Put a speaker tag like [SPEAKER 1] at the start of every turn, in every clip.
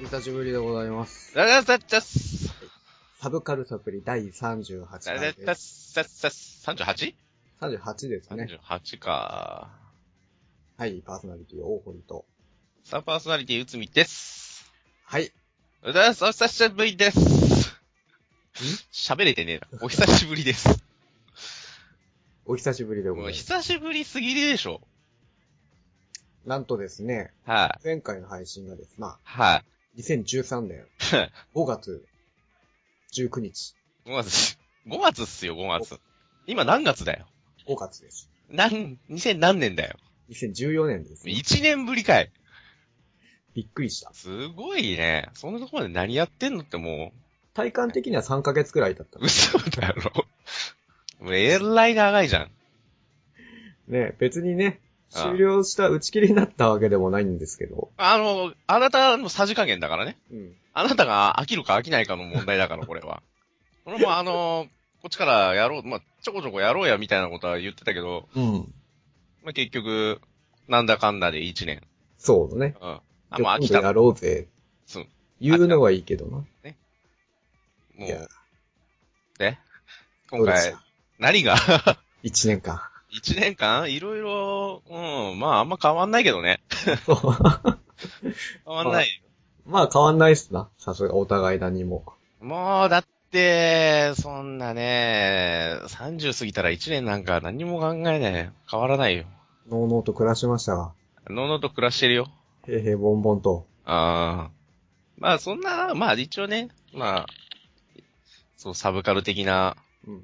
[SPEAKER 1] お久しぶりでございます。
[SPEAKER 2] ララザッチャス
[SPEAKER 1] サブカルサプリ第38
[SPEAKER 2] ララ
[SPEAKER 1] 回
[SPEAKER 2] ザッチャ
[SPEAKER 1] です。
[SPEAKER 2] スザッチャス 38?
[SPEAKER 1] 38ですね。
[SPEAKER 2] 38か。
[SPEAKER 1] はい、パーソナリティ大堀と。
[SPEAKER 2] サンパーソナリティ、うつみです。
[SPEAKER 1] はい。
[SPEAKER 2] おはようございます。お久しぶりです。喋れてねえな。お久しぶりです。
[SPEAKER 1] お久しぶりでござい
[SPEAKER 2] もう
[SPEAKER 1] ます。
[SPEAKER 2] 久しぶりすぎるでしょ。
[SPEAKER 1] なんとですね、
[SPEAKER 2] はい、
[SPEAKER 1] 前回の配信がですな、
[SPEAKER 2] はい、
[SPEAKER 1] 2013年 5月19日、
[SPEAKER 2] 5月、5月っすよ、5月。今何月だよ。
[SPEAKER 1] 5月です。
[SPEAKER 2] 何、2000何年だよ。
[SPEAKER 1] 2014年です。
[SPEAKER 2] 1年ぶりかい。
[SPEAKER 1] びっくりした。
[SPEAKER 2] すごいね。そんなところで何やってんのっても
[SPEAKER 1] 体感的には3ヶ月くらい経った
[SPEAKER 2] う、。嘘だろ。もうえらい長いじゃん。
[SPEAKER 1] ね、別にね、
[SPEAKER 2] ああ
[SPEAKER 1] 終了した打ち切りになったわけでもないんですけど。
[SPEAKER 2] あの、あなたのさじ加減だからね。
[SPEAKER 1] うん。
[SPEAKER 2] あなたが飽きるか飽きないかの問題だから、これ は。これもあの、こっちからやろう、まあ、ちょこちょこやろうや、みたいなことは言ってたけど、
[SPEAKER 1] うん。
[SPEAKER 2] まあ、結局、なんだかんだで1年。
[SPEAKER 1] そうだね。
[SPEAKER 2] うん。あ、
[SPEAKER 1] じゃ
[SPEAKER 2] ま
[SPEAKER 1] あ
[SPEAKER 2] あ、飽
[SPEAKER 1] 今
[SPEAKER 2] き
[SPEAKER 1] 度
[SPEAKER 2] た。
[SPEAKER 1] やろうぜ。
[SPEAKER 2] そう。
[SPEAKER 1] 言うのはいいけどな。
[SPEAKER 2] も
[SPEAKER 1] いや
[SPEAKER 2] う、、ね。
[SPEAKER 1] ど
[SPEAKER 2] 今
[SPEAKER 1] うで
[SPEAKER 2] 回
[SPEAKER 1] し、た
[SPEAKER 2] 何が
[SPEAKER 1] 一年間。
[SPEAKER 2] ?1 年間いろいろ、うん、まあ、あんま変わんないけどね。変わんない。
[SPEAKER 1] まあ変わんないっすな。さすがお互い何も。
[SPEAKER 2] もう、だって、そんなね、30過ぎたら1年なんか何も考えない。変わらないよ。
[SPEAKER 1] のうのうと暮らしましたが、
[SPEAKER 2] のうのうと暮らしてるよ。
[SPEAKER 1] へいへいぼんぼんと。
[SPEAKER 2] ああ。まあそんな、まあ一応ね、まあ、そう、サブカル的な
[SPEAKER 1] うん。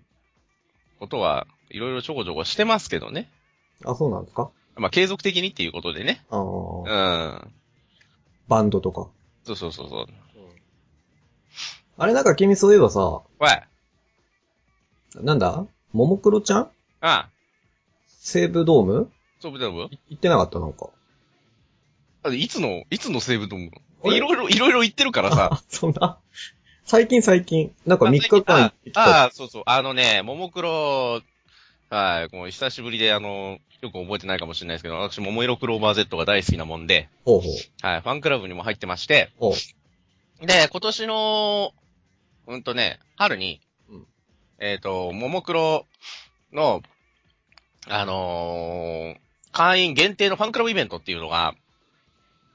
[SPEAKER 2] ことは、いろいろちょこちょこしてますけどね。
[SPEAKER 1] あ、そうなんですか
[SPEAKER 2] まあ継続的にっていうことでね。
[SPEAKER 1] ああ、
[SPEAKER 2] うん。
[SPEAKER 1] バンドとか。
[SPEAKER 2] そうそうそうそう。
[SPEAKER 1] あれなんか君そういえばさ、
[SPEAKER 2] わい。
[SPEAKER 1] なんだももクロちゃん
[SPEAKER 2] ああ、
[SPEAKER 1] 西武ドーム
[SPEAKER 2] そうぶだぶ
[SPEAKER 1] い行ってなかったなんか。
[SPEAKER 2] あいつの、いつのセーブドーム
[SPEAKER 1] あれ
[SPEAKER 2] いろいろ、いろいろ言ってるからさ。
[SPEAKER 1] あ、そんな。最近最近。なんか3日間行
[SPEAKER 2] あ
[SPEAKER 1] ってきた。
[SPEAKER 2] ああ、そうそう。あのね、ももクロ、はい、もう久しぶりで、あの、よく覚えてないかもしれないですけど、私、ももいろクローバー Z が大好きなもんで、
[SPEAKER 1] ほう
[SPEAKER 2] はい、ファンクラブにも入ってまして、
[SPEAKER 1] ほう。ほう。
[SPEAKER 2] で、今年の、うんとね、春に、
[SPEAKER 1] うん
[SPEAKER 2] えっ、と、ももクロの、あのー会員限定のファンクラブイベントっていうのが、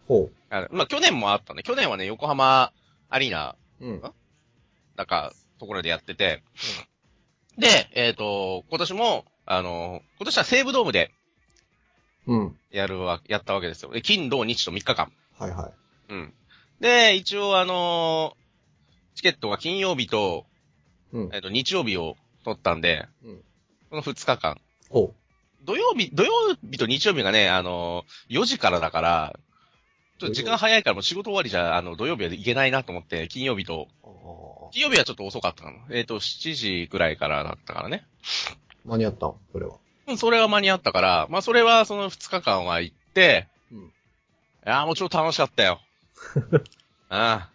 [SPEAKER 1] ほ
[SPEAKER 2] あのまあ、去年もあったね。去年はね、横浜アリーナ、
[SPEAKER 1] う。うん。
[SPEAKER 2] なんか、ところでやってて、で、えっ、と、今年も、あのー今年は西武ドームで
[SPEAKER 1] うん。
[SPEAKER 2] やるわ、やったわけですよ。で、金、土、日と3日間。
[SPEAKER 1] はいはい。
[SPEAKER 2] うん。で、一応あのーチケットが金曜日と、
[SPEAKER 1] うん
[SPEAKER 2] え。っと、日曜日を取ったんで、
[SPEAKER 1] うん
[SPEAKER 2] この2日間。
[SPEAKER 1] ほ
[SPEAKER 2] 土曜日、土曜日と日曜日がね、あのー、4時からだから、ちょっと時間早いからもう仕事終わりじゃ、あの、土曜日はいけないなと思って、金曜日と、
[SPEAKER 1] う。あ
[SPEAKER 2] 金曜日はちょっと遅かったかな。えっ、と、7時ぐらいからだったからね。
[SPEAKER 1] あ。間に合ったんそれは。
[SPEAKER 2] うん、それは間に合ったから、まあ、それはその2日間は行って、
[SPEAKER 1] うん
[SPEAKER 2] いやーもうちょっと楽しかっ たよ。ああ、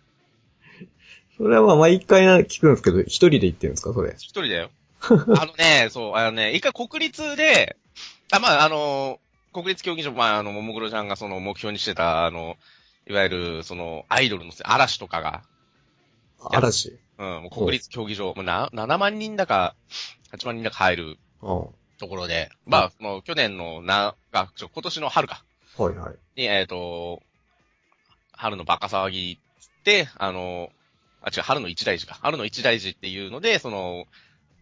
[SPEAKER 1] それは毎回な聞くんですけど、一人で行ってるんですかそれ。
[SPEAKER 2] 一人だよ。あのね、そう、あのね、一回国立で、あ、まあ、あの、国立競技場、まあ、あの、ももクロちゃんがその目標にしてた、あの、いわゆる、その、アイドルの嵐とかが、や
[SPEAKER 1] 嵐。
[SPEAKER 2] うん、もう国立競技場、もうな、7万人だか、8万人だか入る
[SPEAKER 1] うん。は
[SPEAKER 2] ところで、まあ、その、去年のな、あ、ちょ今年の春か、
[SPEAKER 1] いはい。
[SPEAKER 2] に、えっ、と、春のバカ騒ぎって、あの、あ、違う、春の一大事か。春の一大事っていうので、その、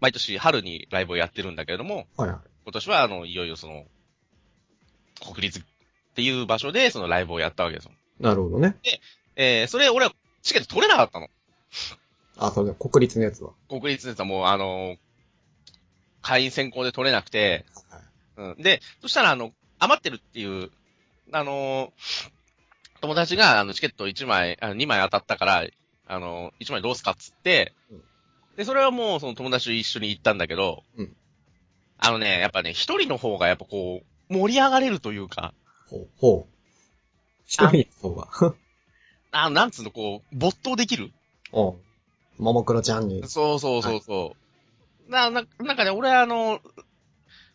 [SPEAKER 2] 毎年春にライブをやってるんだけれども、
[SPEAKER 1] はいはい。
[SPEAKER 2] 今年は、あの、いよいよその、国立っていう場所で、そのライブをやったわけですよ。
[SPEAKER 1] なるほどね。
[SPEAKER 2] えー、それ、俺はチケット取れなかったの。
[SPEAKER 1] あ、そうね、国立のやつは。
[SPEAKER 2] 国立ですもう、あの、会員選考で取れなくて、
[SPEAKER 1] はい
[SPEAKER 2] うん。で、そしたら、あの、余ってるっていう、あの、友達が、あの、チケット1枚、あ2枚当たったから、あの、1枚どうすかっつって
[SPEAKER 1] うん、
[SPEAKER 2] で、それはもう、その友達と一緒に行ったんだけど、
[SPEAKER 1] うん
[SPEAKER 2] あのね、やっぱね、一人の方が、やっぱこう、盛り上がれるというか、
[SPEAKER 1] ほう。ほう。一人の方が。
[SPEAKER 2] あの、なんつうの、こう、没頭できる。
[SPEAKER 1] うん。ももクロちゃんに。
[SPEAKER 2] そうそうそうそう。な、な、なんかね、俺あの、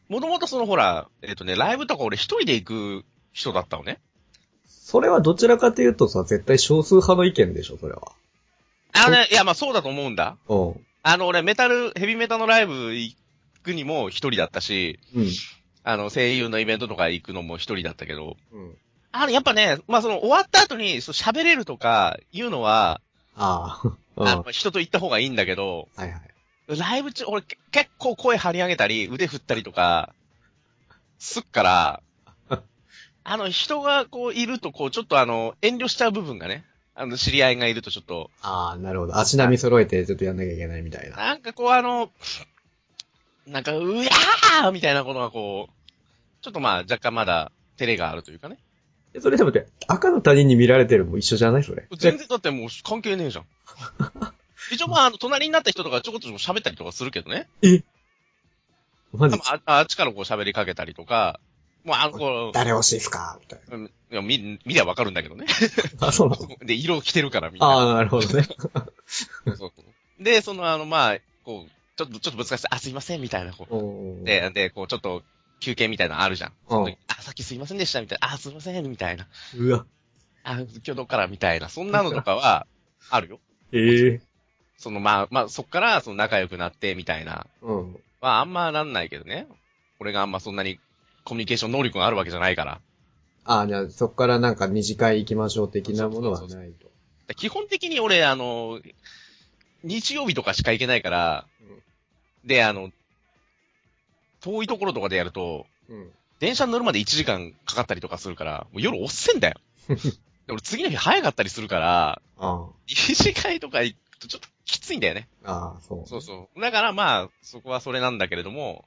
[SPEAKER 2] もともとそのほら、えっ、とね、ライブとか俺一人で行く人だったのね。
[SPEAKER 1] それはどちらかというとさ、絶対少数派の意見でしょ、それは。
[SPEAKER 2] あのね、いや、まあそうだと思うんだ。
[SPEAKER 1] うん。
[SPEAKER 2] あの、俺、メタル、ヘビメタのライブ行くにも一人だったし、
[SPEAKER 1] うん。
[SPEAKER 2] あの、声優のイベントとか行くのも一人だったけど、
[SPEAKER 1] うん。
[SPEAKER 2] あの、やっぱね、まあその、終わった後に、そう喋れるとか、いうのは、
[SPEAKER 1] ああ。うん。
[SPEAKER 2] あの
[SPEAKER 1] は
[SPEAKER 2] 人と行った方がいいんだけど、
[SPEAKER 1] いはい。
[SPEAKER 2] ライブ中、俺、け結構声張り上げたり、腕振ったりとか、すっから、あの、人がこういると、こう、ちょっとあの、遠慮しちゃう部分がね、あの、知り合いがいるとちょっと、
[SPEAKER 1] ああ、なるほど。足並み揃えてちょっとやんなきゃいけないみたいな。
[SPEAKER 2] なんかこうあの、なんか、うやーみたいなことがこう、ちょっとまあ、若干まだ、照れがあるというかね。
[SPEAKER 1] えそれでもって、赤の他人に見られてるのも一緒じゃないそれ。
[SPEAKER 2] 全然だってもう関係ねえじゃん。一応まあ、あの、隣になった人とかちょこちょこ喋ったりとかするけどね。
[SPEAKER 1] マ
[SPEAKER 2] 多
[SPEAKER 1] ジ
[SPEAKER 2] 分ああっちからこう喋りかけたりとか、もうあの、こう、
[SPEAKER 1] 誰推しですかみたい
[SPEAKER 2] うんいや見、見りゃわかるん だけどね。
[SPEAKER 1] な。あ、そうなの
[SPEAKER 2] で、色着てるから、みんな。
[SPEAKER 1] ああ、なるほどね。
[SPEAKER 2] そうそうで、その、あの、まあ、こう、ちょっと、ちょっとぶつかって、あ、すいません、みたいな、こう。
[SPEAKER 1] おー
[SPEAKER 2] で、で、こう、ちょっと、休憩みたいなのあるじゃん。
[SPEAKER 1] うん
[SPEAKER 2] あ、さっきすいませんでした、みたいな。あ、すいません、みたいな。
[SPEAKER 1] うわ。
[SPEAKER 2] あ、今日どっから、みたいな。そんなのとかは、あるよ。
[SPEAKER 1] ええ
[SPEAKER 2] その、まあ、まあ、そっから、その、仲良くなって、みたいな。
[SPEAKER 1] うん。
[SPEAKER 2] まあ、あんまなんないけどね。俺があんまそんなに、コミュニケーション能力があるわけじゃないから。
[SPEAKER 1] ああ、じゃあそこからなんか二次会行きましょう的なものは
[SPEAKER 2] そうそ
[SPEAKER 1] ないと。
[SPEAKER 2] で基本的に俺、あの、日曜日とかしか行けないから、で、あの、遠いところとかでやると、
[SPEAKER 1] うん。
[SPEAKER 2] 電車に乗るまで1時間かかったりとかするから、もう夜遅いんだよ。で俺次の日早かったりするから、
[SPEAKER 1] あ
[SPEAKER 2] 2次会とか行くとちょっときついんだよね。
[SPEAKER 1] あ、ああ、そう。
[SPEAKER 2] そうそう。だからまあ、そこはそれなんだけれども、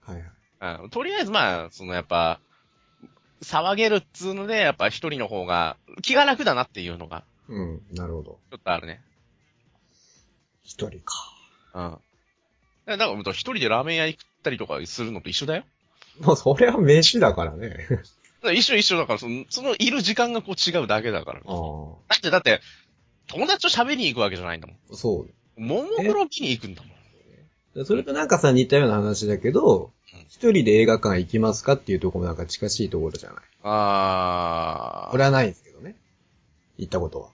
[SPEAKER 1] はいはい。
[SPEAKER 2] うんとりあえずまあ、そのやっぱ、騒げるっつうので、やっぱ一人の方が気が楽だなっていうのが、
[SPEAKER 1] うん、なるほど。
[SPEAKER 2] ちょっとあるね。
[SPEAKER 1] 一人か。
[SPEAKER 2] うん。だから、だから一人でラーメン屋行ったりとかするのと一緒だよ。
[SPEAKER 1] もうそれは飯だからね。
[SPEAKER 2] だから一緒一緒だから、その、そのいる時間がこう違うだけだから。だ
[SPEAKER 1] ああ、
[SPEAKER 2] って、だって、友達と喋りに行くわけじゃないんだもん。
[SPEAKER 1] そう。
[SPEAKER 2] ももクロ見に行くんだもん。
[SPEAKER 1] でそれとなんかさ、似たような話だけど
[SPEAKER 2] うん、
[SPEAKER 1] 一人で映画館行きますかっていうところもなんか近しいところじゃない。
[SPEAKER 2] あー。
[SPEAKER 1] 俺はないんですけどね。行ったことは。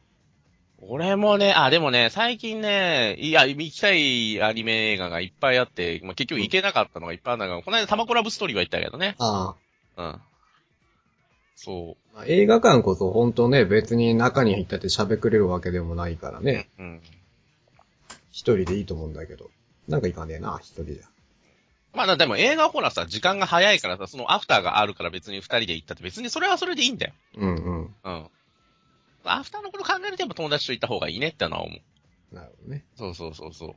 [SPEAKER 2] 俺もね、あ、でもね、最近ね、いや、行きたいアニメ映画がいっぱいあって、まあ、結局行けなかったのがいっぱいあるんだけど、この間タバコラブストーリーは行ったけどね。
[SPEAKER 1] あ
[SPEAKER 2] うん。そ
[SPEAKER 1] あ、まあ映画館こそ本当ね、別に中に入ったって喋くれるわけでもないから
[SPEAKER 2] う。
[SPEAKER 1] ね、
[SPEAKER 2] うん。
[SPEAKER 1] 一人でいいと思うんだけど。なんか行かねえな、一人じゃ。
[SPEAKER 2] まあだ、でも映画ほらさ、時間が早いからさ、そのアフターがあるから別に二人で行ったって別にそれはそれでいいんだよ。
[SPEAKER 1] うんうん。
[SPEAKER 2] うん。アフターのこと考えるとやっぱ友達と行った方がいいねってのは思う。
[SPEAKER 1] なるほどね。
[SPEAKER 2] そうそうそうそう。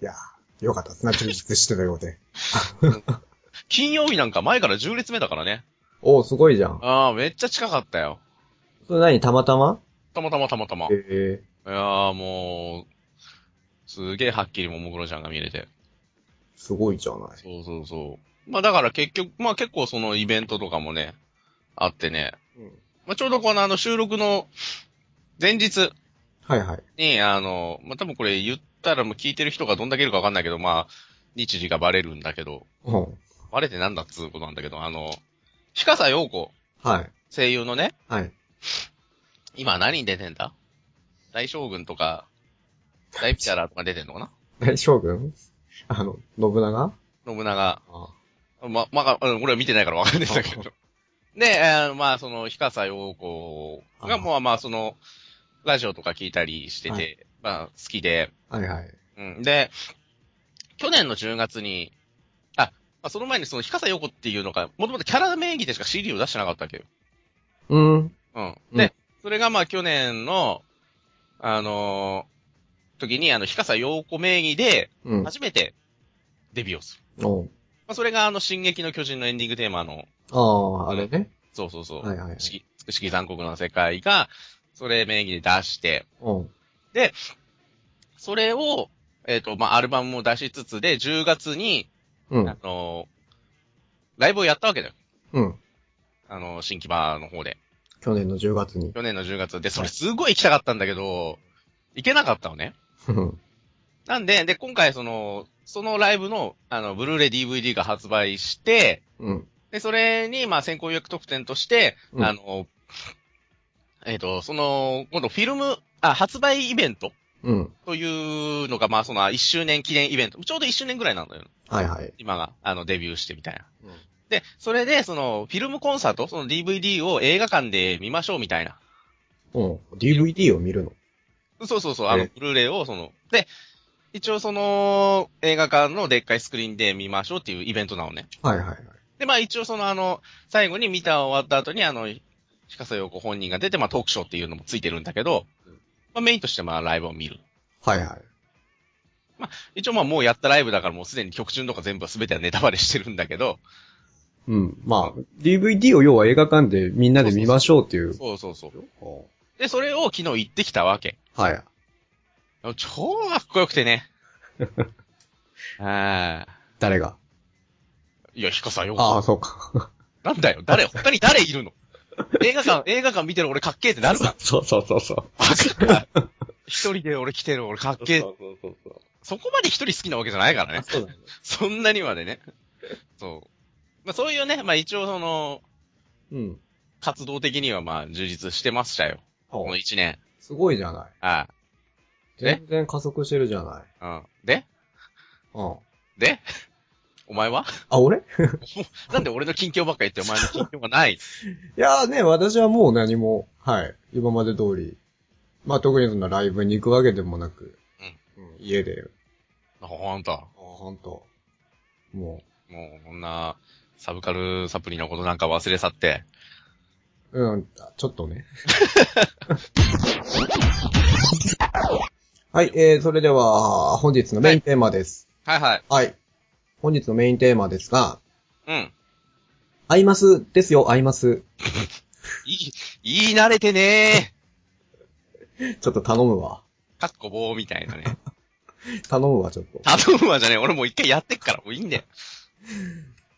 [SPEAKER 1] いやー、よかったですな、充実してたようで。
[SPEAKER 2] 金曜日なんか前から10列目だからね。
[SPEAKER 1] おー、すごいじゃん。
[SPEAKER 2] ああ、めっちゃ近かったよ。
[SPEAKER 1] それ何、たまたま
[SPEAKER 2] たまたまたまたま。い
[SPEAKER 1] ええ
[SPEAKER 2] やーもう、すげえはっきりももクロちゃんが見れて。
[SPEAKER 1] すごいじゃない。
[SPEAKER 2] そうそうそう。まあだから結局、まあ結構そのイベントとかもね、あってね。
[SPEAKER 1] うん。
[SPEAKER 2] まあちょうどこのあの収録の前日、
[SPEAKER 1] はいはい。
[SPEAKER 2] に、あの、まあ、多分これ言ったらもう聞いてる人がどんだけいるかわかんないけど、まあ、日時がバレるんだけど、
[SPEAKER 1] うん。
[SPEAKER 2] バレてなんだっつうことなんだけど、あの、ヒカサヨ子、
[SPEAKER 1] はい。
[SPEAKER 2] 声優のね、
[SPEAKER 1] はい。
[SPEAKER 2] 今何に出てんだ大将軍とか、大ピチャラとか出てんのかな
[SPEAKER 1] 大将軍あの、信長
[SPEAKER 2] 信長。
[SPEAKER 1] あ
[SPEAKER 2] ま、まあ、うん俺は見てないからわかんないんだけど。で、えーまあ、その、ヒカサヨ子が、もう、まあ、その、ラジオとか聞いたりしてて、
[SPEAKER 1] は
[SPEAKER 2] まあ、好きで、
[SPEAKER 1] はいはい。
[SPEAKER 2] うん。で、去年の10月に、あ、まあ、その前にその、ひかさよこっていうのが、もともとキャラ名義でしか CD を出してなかったわけよ。
[SPEAKER 1] うん。
[SPEAKER 2] うん。
[SPEAKER 1] うん
[SPEAKER 2] で、それがまあ去年の、あのー時にあの、ひかさよこ名義で、
[SPEAKER 1] うん。
[SPEAKER 2] 初めてデビューをする。
[SPEAKER 1] おう
[SPEAKER 2] まあ、それがあの、進撃の巨人のエンディングテーマの、
[SPEAKER 1] ああ、あれね。
[SPEAKER 2] そうそうそう、
[SPEAKER 1] はいはいはい
[SPEAKER 2] 美しき美しき残酷な世界が、それ名義で出して、
[SPEAKER 1] うん。
[SPEAKER 2] それを、えっ、と、まあ、アルバムも出しつつで、10月に、
[SPEAKER 1] うん
[SPEAKER 2] あ。の、ライブをやったわけだよ。
[SPEAKER 1] うん。
[SPEAKER 2] あの、新木場の方で。
[SPEAKER 1] 去年の10月に。
[SPEAKER 2] 去年の10月。で、それすごい行きたかったんだけど、行けなかったのね。
[SPEAKER 1] うん。
[SPEAKER 2] なんで、で、今回その、そのライブの、あの、ブルーレイ DVD が発売して、
[SPEAKER 1] うん。
[SPEAKER 2] で、それに、まあ、先行予約特典として、
[SPEAKER 1] うん
[SPEAKER 2] あの、えっ、と、その、今度フィルム、あ、発売イベント
[SPEAKER 1] うん。
[SPEAKER 2] というのが、まあ、その、1周年記念イベント。ちょうど1周年ぐらいなんだよ。
[SPEAKER 1] はいはい。
[SPEAKER 2] 今が、あの、デビューしてみたいな。で、それで、その、フィルムコンサート、その DVD を映画館で見ましょうみたいな。
[SPEAKER 1] うん。DVD を見るの。
[SPEAKER 2] そうそうそう、あの
[SPEAKER 1] え、
[SPEAKER 2] ブルーレイを、その、で、一応その、映画館のでっかいスクリーンで見ましょうっていうイベントなのね。
[SPEAKER 1] はいはいはい。
[SPEAKER 2] で、まあ一応その、あの、最後に見た終わった後に、あの、ひかせよこ本人が出て、まあトークショーっていうのもついてるんだけど、まあメインとしてまあライブを見る。
[SPEAKER 1] はいはい。
[SPEAKER 2] 一応まあもうやったライブだからもうすでに曲順とか全部全てはネタバレしてるんだけど、
[SPEAKER 1] うん。まあ、DVD を要は映画館でみんなで見ましょうっていう。
[SPEAKER 2] そうそうそう。
[SPEAKER 1] お
[SPEAKER 2] で、それを昨日行ってきたわけ。
[SPEAKER 1] はい。
[SPEAKER 2] 超かっこよくて ね。ああ。
[SPEAKER 1] 誰が
[SPEAKER 2] いや、ヒカさんよ。
[SPEAKER 1] ああ、そうか。
[SPEAKER 2] なんだよ。誰、他に誰いるの 映画館、映画館見てる俺かっけえってなるか。
[SPEAKER 1] そうそうそうそう。
[SPEAKER 2] バカ 一人で俺来てる俺かっけえ。
[SPEAKER 1] うそうそう。
[SPEAKER 2] そこまで一人好きなわけじゃないからね。
[SPEAKER 1] そうだね。
[SPEAKER 2] そんなにまでね。そう。まあそういうね、まあ一応その、
[SPEAKER 1] うん。
[SPEAKER 2] 活動的にはまあ充実してましたよ。この一年。
[SPEAKER 1] すごいじゃない。
[SPEAKER 2] あえ
[SPEAKER 1] 全然加速してるじゃない。
[SPEAKER 2] あ。うん。で
[SPEAKER 1] うん。
[SPEAKER 2] で お前は
[SPEAKER 1] あ、俺い
[SPEAKER 2] なんで俺の近況ばっかり言ってお前の近況がない
[SPEAKER 1] やーね、私はもう何も、はい。今まで通り。まあ、特にそんなライブに行くわけでもなく。うん。家で。
[SPEAKER 2] あほんと
[SPEAKER 1] あ、。ほんと。も
[SPEAKER 2] もうこんな、サブカルサプリのことなんか忘れ去って。
[SPEAKER 1] う、うん、ちょっと ね。はい、えー、それでは、本日のメインテーマです。
[SPEAKER 2] はいはい。
[SPEAKER 1] はい。本日のメインテーマですが、
[SPEAKER 2] うん。
[SPEAKER 1] アイマスですよ、アイマス。
[SPEAKER 2] いい、言い慣れてね
[SPEAKER 1] ちょっと頼むわ。
[SPEAKER 2] ー。かっこ棒みたいな ね。
[SPEAKER 1] 頼むわ、ちょっと。
[SPEAKER 2] 頼むわじゃねえ。俺もう一回やってっから、もういいんだよ。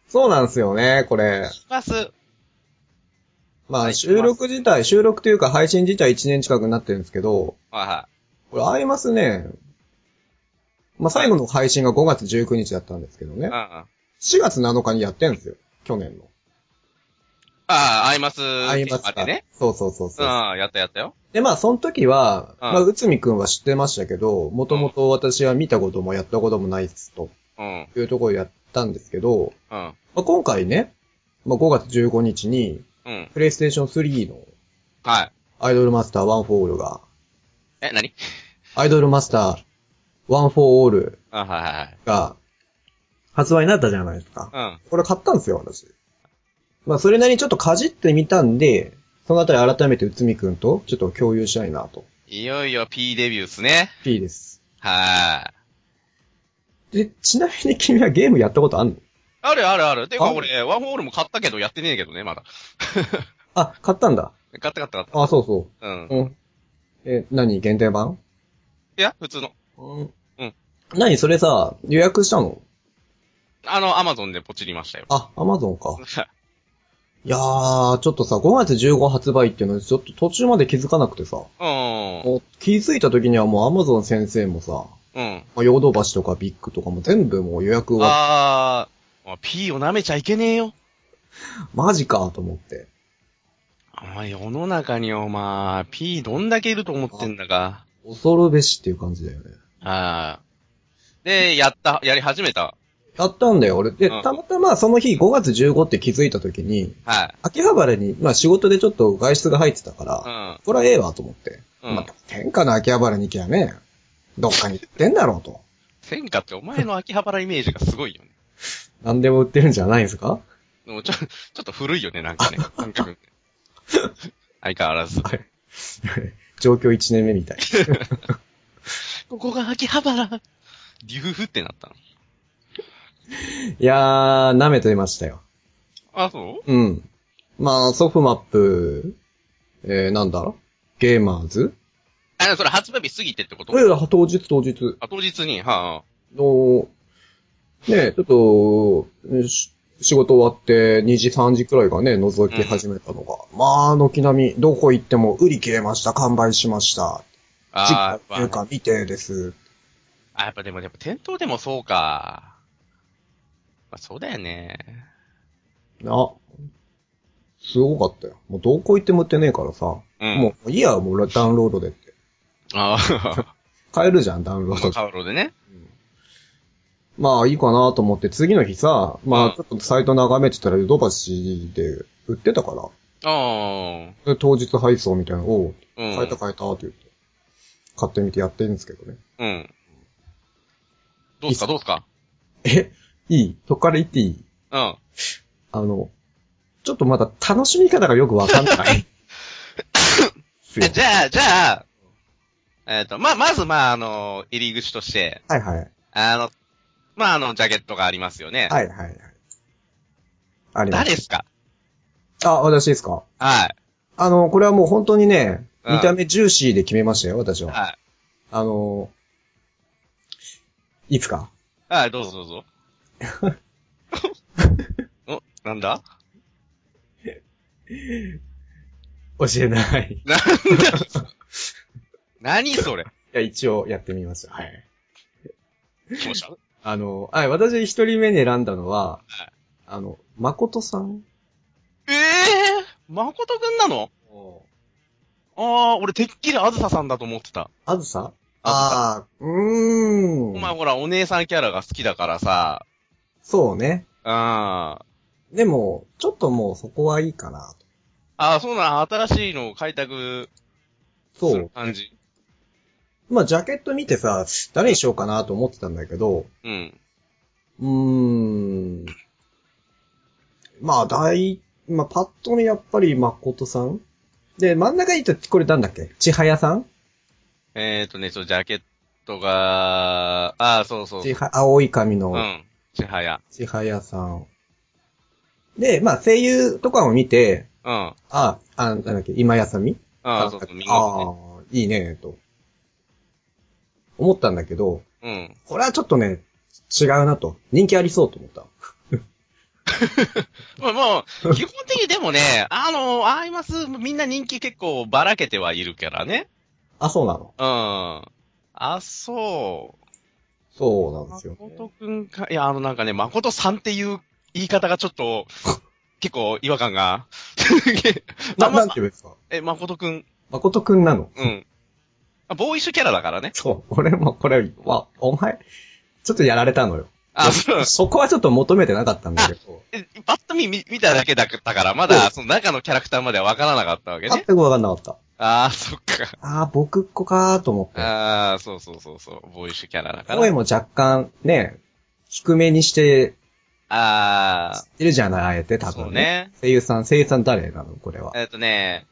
[SPEAKER 1] そうなんですよね、これ。
[SPEAKER 2] 聞きます。
[SPEAKER 1] ま
[SPEAKER 2] は
[SPEAKER 1] あ、
[SPEAKER 2] い
[SPEAKER 1] 収録自体、収録というか配信自体1年近くなってるんですけど、
[SPEAKER 2] はいは
[SPEAKER 1] これ、アイマスね、まあ、最後の配信が5月19日だったんですけど
[SPEAKER 2] い。う
[SPEAKER 1] ね
[SPEAKER 2] ん。、あ
[SPEAKER 1] 4月7日にやってるんですよ、去年の。
[SPEAKER 2] あ、アイマス。
[SPEAKER 1] アイマス
[SPEAKER 2] あ
[SPEAKER 1] が
[SPEAKER 2] れね。。
[SPEAKER 1] そうそうそう
[SPEAKER 2] うん
[SPEAKER 1] そう。、
[SPEAKER 2] やったやったよ。
[SPEAKER 1] で、まあ、その時は、
[SPEAKER 2] うん
[SPEAKER 1] まあ、内海くんは知ってましたけど、もともと私は見たこともやったこともないっす、と
[SPEAKER 2] うん、
[SPEAKER 1] いうところでやったんですけど、
[SPEAKER 2] うん、
[SPEAKER 1] まあ、今回ね、まあ、5月15日に、
[SPEAKER 2] うん。
[SPEAKER 1] プレイステーション3の
[SPEAKER 2] はい。
[SPEAKER 1] アイドルマスター1フォーオールが、
[SPEAKER 2] え、なに
[SPEAKER 1] アイドルマスター1フォーオール
[SPEAKER 2] あはいはい
[SPEAKER 1] が発売になったじゃないですか。
[SPEAKER 2] はい。
[SPEAKER 1] これ買ったんですよ、私。まあ、それなりにちょっとかじってみたんで、そのあたり改めて内海くんとちょっと共有したいなと。
[SPEAKER 2] うん。いよいよ P デビューっすね。
[SPEAKER 1] P です。
[SPEAKER 2] はい。
[SPEAKER 1] で、ちなみに君はゲームやったことあんの
[SPEAKER 2] あるあるある。てか
[SPEAKER 1] あ
[SPEAKER 2] 俺、ワンホールも買ったけど、やってねえけどね、まだ。
[SPEAKER 1] あ、買ったんだ。
[SPEAKER 2] 買った買った買っ
[SPEAKER 1] あ、そうそ
[SPEAKER 2] た。うん。
[SPEAKER 1] う。うん。え、何限定版
[SPEAKER 2] いや、普通の。
[SPEAKER 1] うん。
[SPEAKER 2] うん。
[SPEAKER 1] 何それさ、予約したの
[SPEAKER 2] あの、アマゾンでポチりましたよ。
[SPEAKER 1] あ、アマゾンか。いやー、ちょっとさ、5月15発売っていうのにちょっと途中まで気づかなくてさ、
[SPEAKER 2] うん。
[SPEAKER 1] もう気づいた時にはもう Amazon 先生もさ、
[SPEAKER 2] うん。
[SPEAKER 1] まあ、ヨドバシとかビッグとかも全部もう予約は、
[SPEAKER 2] あーあ、P を舐めちゃいけねえよ。
[SPEAKER 1] マジかと思って。
[SPEAKER 2] お前、世の中にお前、P どんだけいると思ってんだか。
[SPEAKER 1] 恐るべしっていう感じだよね。
[SPEAKER 2] ああ。で、やった、やり始めた。
[SPEAKER 1] やったんだよ、俺。で、
[SPEAKER 2] うん
[SPEAKER 1] たまたまその日5月15って気づいた時に、
[SPEAKER 2] はい。
[SPEAKER 1] 秋葉原に、まあ仕事でちょっと外出が入ってたから、
[SPEAKER 2] うん。
[SPEAKER 1] これはええわと思って。
[SPEAKER 2] うん
[SPEAKER 1] まあ、天下の秋葉原に行きゃね、どっかに行ってんだろうと。
[SPEAKER 2] 天下ってお前の秋葉原イメージがすごいよね。
[SPEAKER 1] 何でも売ってるんじゃないですか
[SPEAKER 2] でもちょ、ちょっと古いよね、なんかね。感覚相変わらず。
[SPEAKER 1] 状況1年目 みたい。
[SPEAKER 2] ここが秋葉原。リュフってなったの。
[SPEAKER 1] いやー、舐めてましたよ。
[SPEAKER 2] あ、そう
[SPEAKER 1] うん。まあ、ソフマップ、えー、なんだろゲーマーズ
[SPEAKER 2] あ、それ発売日過ぎてってこと
[SPEAKER 1] いやいや当日当日
[SPEAKER 2] あ、当日に、は
[SPEAKER 1] の、ねちょっと、し仕事終わって2時3時くらいがね、覗き始めたのが、まあ、軒並み、どこ行っても売り切れました、完売しました、
[SPEAKER 2] あ、
[SPEAKER 1] 時
[SPEAKER 2] あ
[SPEAKER 1] 間と
[SPEAKER 2] ー、
[SPEAKER 1] い
[SPEAKER 2] や
[SPEAKER 1] う
[SPEAKER 2] っぱ、
[SPEAKER 1] か未定です。
[SPEAKER 2] あ、やっぱでも、やっぱ店頭でもそうか。まあ、そうだよね。
[SPEAKER 1] あ、すごかったよ。もうどこ行っても売ってねえからさ。
[SPEAKER 2] うん。
[SPEAKER 1] もう、いいや、もうダウンロードでって。
[SPEAKER 2] ああ、
[SPEAKER 1] 買えるじゃん、ダウンロードで。
[SPEAKER 2] カウロでね。
[SPEAKER 1] まあいいかなと思って、次の日さ、
[SPEAKER 2] う
[SPEAKER 1] ま
[SPEAKER 2] ん
[SPEAKER 1] あちょっとサイト眺めてたら、ヨドバシで売ってたか
[SPEAKER 2] ああ。
[SPEAKER 1] ら、で当日配送みたいな、おう、
[SPEAKER 2] うん。
[SPEAKER 1] 買えた買えたって言って、買ってみてやってるんですけどね。
[SPEAKER 2] うん。どうすかどうすか
[SPEAKER 1] え、いいそっから言っていい
[SPEAKER 2] うん。
[SPEAKER 1] あの、ちょっとまだ楽しみ方がよくわかん ない。すよ
[SPEAKER 2] えじゃあ、じゃあ、えっ、と、まあ、まず、まあ、あの、入り口として、
[SPEAKER 1] はいはい。
[SPEAKER 2] あの、まあ、あの、ジャケットがありますよね。
[SPEAKER 1] はいはいはい。あります。
[SPEAKER 2] 誰ですか
[SPEAKER 1] あ、私ですか
[SPEAKER 2] は
[SPEAKER 1] あの、これはもう本当にね、
[SPEAKER 2] うん
[SPEAKER 1] 見た目ジューシーで決めましたよ、私
[SPEAKER 2] い。
[SPEAKER 1] は。
[SPEAKER 2] はい。
[SPEAKER 1] あの、いつか
[SPEAKER 2] はい、どうぞどう ぞ。 お、なんだ
[SPEAKER 1] 教えない。い
[SPEAKER 2] なんだ 何それ
[SPEAKER 1] や、一応やってみます。はい。
[SPEAKER 2] 気持ち悪い
[SPEAKER 1] あの、はい、私一人目に選んだのは
[SPEAKER 2] はい、
[SPEAKER 1] あの、誠さん
[SPEAKER 2] ええー、誠くんなのああ、俺てっきりあずささんだと思ってた。
[SPEAKER 1] あずさ
[SPEAKER 2] あ
[SPEAKER 1] ああー、う
[SPEAKER 2] お
[SPEAKER 1] ー
[SPEAKER 2] 前
[SPEAKER 1] ん。
[SPEAKER 2] ほら、お姉さんキャラが好きだからさ、
[SPEAKER 1] そうね。
[SPEAKER 2] あー
[SPEAKER 1] でも、ちょっともうそこはいいかなと。
[SPEAKER 2] あー、そうなの、新しいのを開拓す
[SPEAKER 1] そ
[SPEAKER 2] る
[SPEAKER 1] う。
[SPEAKER 2] 感じ。
[SPEAKER 1] まあ、ジャケット見てさ、誰にしようかなと思ってたんだけど、
[SPEAKER 2] うん。
[SPEAKER 1] うーん。まあ、大、まあ、パッと見やっぱり誠さんで、真ん中にいた、これなんだっけちはやさん
[SPEAKER 2] えっ、ー、とね、そう、ジャケットが、ああ、そうそうそ
[SPEAKER 1] ち
[SPEAKER 2] う。
[SPEAKER 1] は、青い髪の
[SPEAKER 2] うん。ちはや。
[SPEAKER 1] ちはやさん。で、まあ、声優とかも見て、
[SPEAKER 2] うん。うん
[SPEAKER 1] あ、あ、なんだっけ、今やさみ
[SPEAKER 2] ああ、そうそう、みんな、ね。
[SPEAKER 1] ああ、いいね、と。思ったんだけど、
[SPEAKER 2] うん。
[SPEAKER 1] これはちょっとね、違うなと。人気ありそうと思った。
[SPEAKER 2] まあ、もう、基本的にでもね、あの、アイマス、みんな人気結構ばらけてはいるからね。
[SPEAKER 1] あ、そうなの。
[SPEAKER 2] うん。あ、そう。
[SPEAKER 1] そうなんですよ、ね。
[SPEAKER 2] 誠くんか、いや、あのなんかね、誠さんっていう言い方がちょ っと、結構違和感が。
[SPEAKER 1] な、
[SPEAKER 2] あんま
[SPEAKER 1] なんて言うんですか
[SPEAKER 2] え、誠くん、
[SPEAKER 1] 誠くんなの。
[SPEAKER 2] うん。あボーイッシュキャラだからね。
[SPEAKER 1] そう、俺もこれ、わ、お前、ちょっとやられたのよ。
[SPEAKER 2] あ、そう。
[SPEAKER 1] そこはちょっと求めてなかったんだけど。
[SPEAKER 2] えパッと見、見見ただけだったから、まだ、その中のキャラクターまではわからなかったわけ
[SPEAKER 1] 全
[SPEAKER 2] ね。
[SPEAKER 1] くわかんなかった。
[SPEAKER 2] ああ、そっか。
[SPEAKER 1] ああ、僕っ子かーと思って。
[SPEAKER 2] ああ、そうそうそうそう。ボーイッシュキャラだから。
[SPEAKER 1] 声も若干ね、低めにして
[SPEAKER 2] ああ、
[SPEAKER 1] いるじゃない、あえて多
[SPEAKER 2] そう
[SPEAKER 1] 分ね。
[SPEAKER 2] ね。
[SPEAKER 1] 声優さん、声優さん誰なのこれは。
[SPEAKER 2] えっ、とね、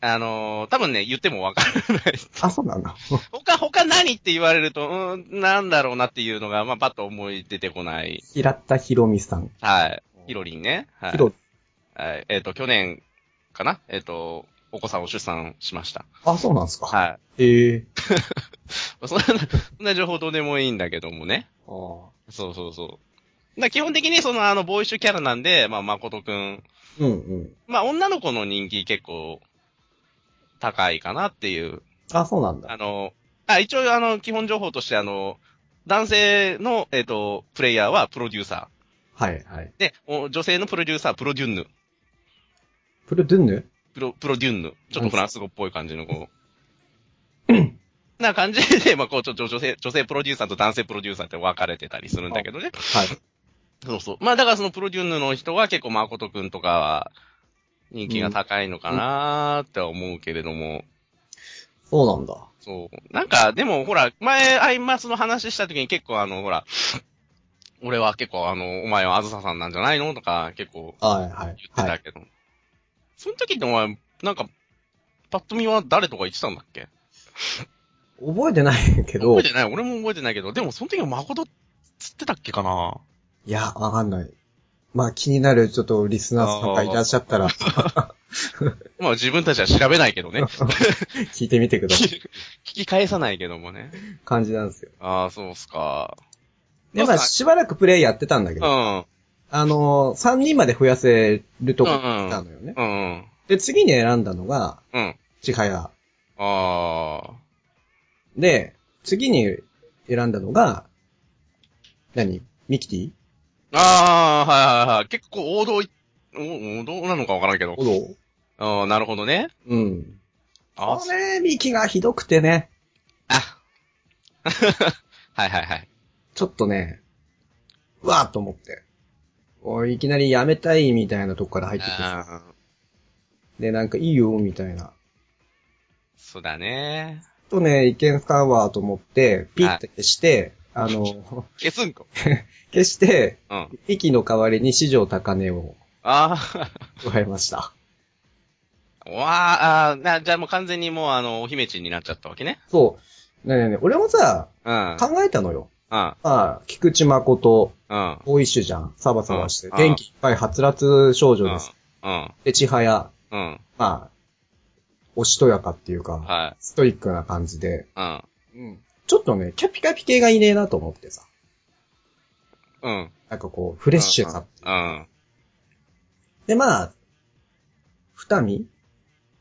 [SPEAKER 2] あのー多分ね、言ってもわからない。
[SPEAKER 1] あ、そうなんだ。
[SPEAKER 2] 他、他何って言われると、うーん、なんだろうなっていうのが、まあ、パッと思い出てこない。
[SPEAKER 1] 平田博美さん。
[SPEAKER 2] はい。ヒロリンね。はい。
[SPEAKER 1] ひろ
[SPEAKER 2] はい。えっ、と、去年かなえっ、と、お子さんを出産しました。
[SPEAKER 1] あ、そうなんですか。
[SPEAKER 2] はい。
[SPEAKER 1] ええ
[SPEAKER 2] そんな、 そんな情報どうでもいいんだけどもね。
[SPEAKER 1] あ
[SPEAKER 2] そうそうそう。な基本的にその、あの、ボーイッシュキャラなんで、まあ、誠くん。
[SPEAKER 1] ーうんうん。
[SPEAKER 2] まあ、女の子の人気結構、高いかなっていう。
[SPEAKER 1] あ、そうなんだ。
[SPEAKER 2] あの、あ、一応、あの、基本情報として、あの、男性の、えっ、と、プレイヤーはプロデューサー。
[SPEAKER 1] はい、はい。
[SPEAKER 2] で、お女性のプロデューサー、プロデュンヌ。
[SPEAKER 1] プルドゥンヌ
[SPEAKER 2] プロ、プロデュンヌ。ちょっとフランス語っぽい感じの、こう。な感じで、まあ、こう、ちょっと女性、女性プロデューサーと男性プロデューサーって分かれてたりするんだけどね。
[SPEAKER 1] はい。
[SPEAKER 2] そうそう。まあ、だからそのプロデュンヌの人は結構、誠くんとかは、人気が高いのかなーって思うけれども。
[SPEAKER 1] そうなんだ。
[SPEAKER 2] そう。なんか、でも、ほら、前、アイマスの話した時に結構、あの、ほら、俺は結構、あの、お前はあずささんなんじゃないのとか、結構、
[SPEAKER 1] はい、はい
[SPEAKER 2] 言っ。て
[SPEAKER 1] は
[SPEAKER 2] た
[SPEAKER 1] い。
[SPEAKER 2] けど。その時ってお前、なんか、パッと見は誰とか言ってたんだっけ
[SPEAKER 1] 覚えてないけど
[SPEAKER 2] 覚え、てない俺も覚えてないけど、でもその時は誠つってたっけかない
[SPEAKER 1] や、わかんない。まあ気になるちょっとリスナーさんがいらっしゃ ったら
[SPEAKER 2] まあ自分たちは調べないけ どね。
[SPEAKER 1] 聞いてみてください。
[SPEAKER 2] 聞き返さないけどもね。
[SPEAKER 1] 感じなんです よ。
[SPEAKER 2] ああ、そうっすか。
[SPEAKER 1] で、まあしばらくプレイやってたんだけ
[SPEAKER 2] うん。
[SPEAKER 1] ど、
[SPEAKER 2] うん
[SPEAKER 1] あのー、3人まで増やせるとこなのよね。
[SPEAKER 2] うん。
[SPEAKER 1] で、次に選んだのが、
[SPEAKER 2] うん。
[SPEAKER 1] ちはや。
[SPEAKER 2] ああ。
[SPEAKER 1] で、次に選んだのが、何ミキティ
[SPEAKER 2] あああ、はいはいはい。結構王道い、お王道なのかわからんけど。
[SPEAKER 1] ほど。
[SPEAKER 2] ああ、なるほどね。
[SPEAKER 1] うん。
[SPEAKER 2] あ
[SPEAKER 1] あ
[SPEAKER 2] ー
[SPEAKER 1] れ、ミキがひどくてね、
[SPEAKER 2] あ はいはいはい。
[SPEAKER 1] ちょっとね、うわーっと思って。おいいきなりやめたいみたいなとこから入ってくる。
[SPEAKER 2] あー
[SPEAKER 1] で、なんかいいよ、みたいな。
[SPEAKER 2] そうだね。
[SPEAKER 1] ちょっとね、いけんかわと思って、ピッて消して、あの、
[SPEAKER 2] 消すんか。
[SPEAKER 1] 消して、
[SPEAKER 2] うん。
[SPEAKER 1] ミキの代わりに市場高値を
[SPEAKER 2] あ
[SPEAKER 1] 加えました。
[SPEAKER 2] あ、 わあ、な、じゃあもう完全にもうあの、お姫ちになっちゃったわけね。
[SPEAKER 1] そう。ねえねえ、俺もさ、
[SPEAKER 2] うん。うん。
[SPEAKER 1] 考えたのよ。
[SPEAKER 2] うん。
[SPEAKER 1] まあ、菊池誠、
[SPEAKER 2] うん。
[SPEAKER 1] ボーイッシュじゃん。サバサバして。
[SPEAKER 2] うん
[SPEAKER 1] 元気いっぱいはつらつ少女
[SPEAKER 2] う
[SPEAKER 1] で
[SPEAKER 2] ん
[SPEAKER 1] す。。
[SPEAKER 2] うん。
[SPEAKER 1] で、ちはや、
[SPEAKER 2] うん。
[SPEAKER 1] まあ、おしとやかっていうか、
[SPEAKER 2] はい。
[SPEAKER 1] ストイックな感じで、
[SPEAKER 2] うん。
[SPEAKER 1] ちょっとね、キャピカピ系がいねえなと思ってさ。
[SPEAKER 2] うん。
[SPEAKER 1] なんかこう、フレッシュさ。
[SPEAKER 2] うん。
[SPEAKER 1] で、まあ、ふたみ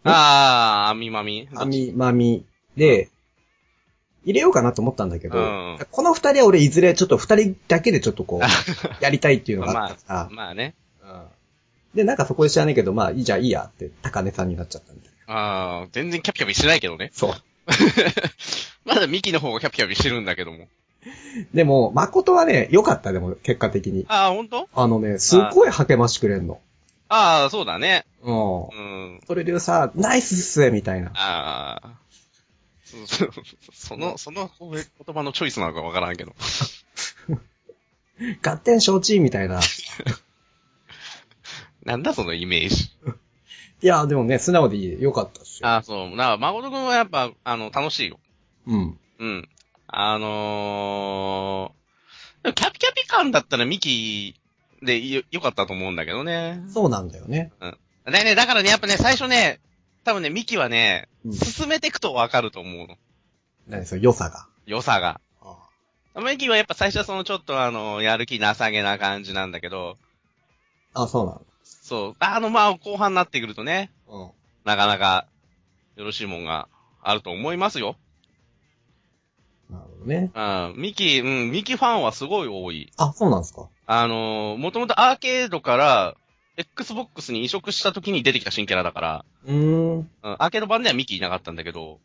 [SPEAKER 2] ああ、あみまみ。
[SPEAKER 1] あ み、まみで、入れようかなと思ったんだけど、
[SPEAKER 2] うん
[SPEAKER 1] この二人は俺いずれちょっと二人だけでちょっとこう、やりたいっていうのがあったから、
[SPEAKER 2] まあね。
[SPEAKER 1] で、なんかそこで知らないけど、まあ、いいじゃあいいやって、高根さんになっちゃったみたいな。
[SPEAKER 2] ああ、全然キャピキャピしてないけどね。
[SPEAKER 1] そう。
[SPEAKER 2] まだミキの方がキャピキャピしてるんだけども。
[SPEAKER 1] でも、誠はね、良かったでも、結果的に。
[SPEAKER 2] ああ、ほんと
[SPEAKER 1] あのね、すっごい励ましくれんの。
[SPEAKER 2] ああ、そうだね。
[SPEAKER 1] う。
[SPEAKER 2] うんん。
[SPEAKER 1] それでさ、ナイスっすみたいな。
[SPEAKER 2] ああ。そそその、その言葉のチョイスなのかわからんけど。
[SPEAKER 1] 合点承知みたいな。
[SPEAKER 2] なんだそのイメージ。
[SPEAKER 1] いや、でもね、素直で良かったっすよ。
[SPEAKER 2] ああ、そう。な、誠くんはやっぱ、あの、楽しいよ。
[SPEAKER 1] うん。
[SPEAKER 2] うん。あのー、でもキャピキャピ感だったらミキでよよかったと思うんだけどね。
[SPEAKER 1] そうなんだよね。
[SPEAKER 2] だね、だからね、やっぱね、最初ね、多分ね、ミキはね、
[SPEAKER 1] うん。
[SPEAKER 2] 進めていくとわかると思うの。
[SPEAKER 1] 何その良さが。
[SPEAKER 2] 良さが。
[SPEAKER 1] あ
[SPEAKER 2] ミキはやっぱ最初はそのちょっとあの、やる気なさげな感じなんだけど、
[SPEAKER 1] あ、そうなの。
[SPEAKER 2] そう。あの、まあ、後半になってくるとね、
[SPEAKER 1] うん。
[SPEAKER 2] なかなか、よろしいもんがあると思いますよ。
[SPEAKER 1] なるほどね。
[SPEAKER 2] うん。ミキ、うん、ミキファンはすごい多い。
[SPEAKER 1] あ、そうなんですか。
[SPEAKER 2] あのー、もともとアーケードから、Xbox に移植した時に出てきた新キャラだから、
[SPEAKER 1] うーん。
[SPEAKER 2] うん、アーケード版ではミキいなかったんだけど、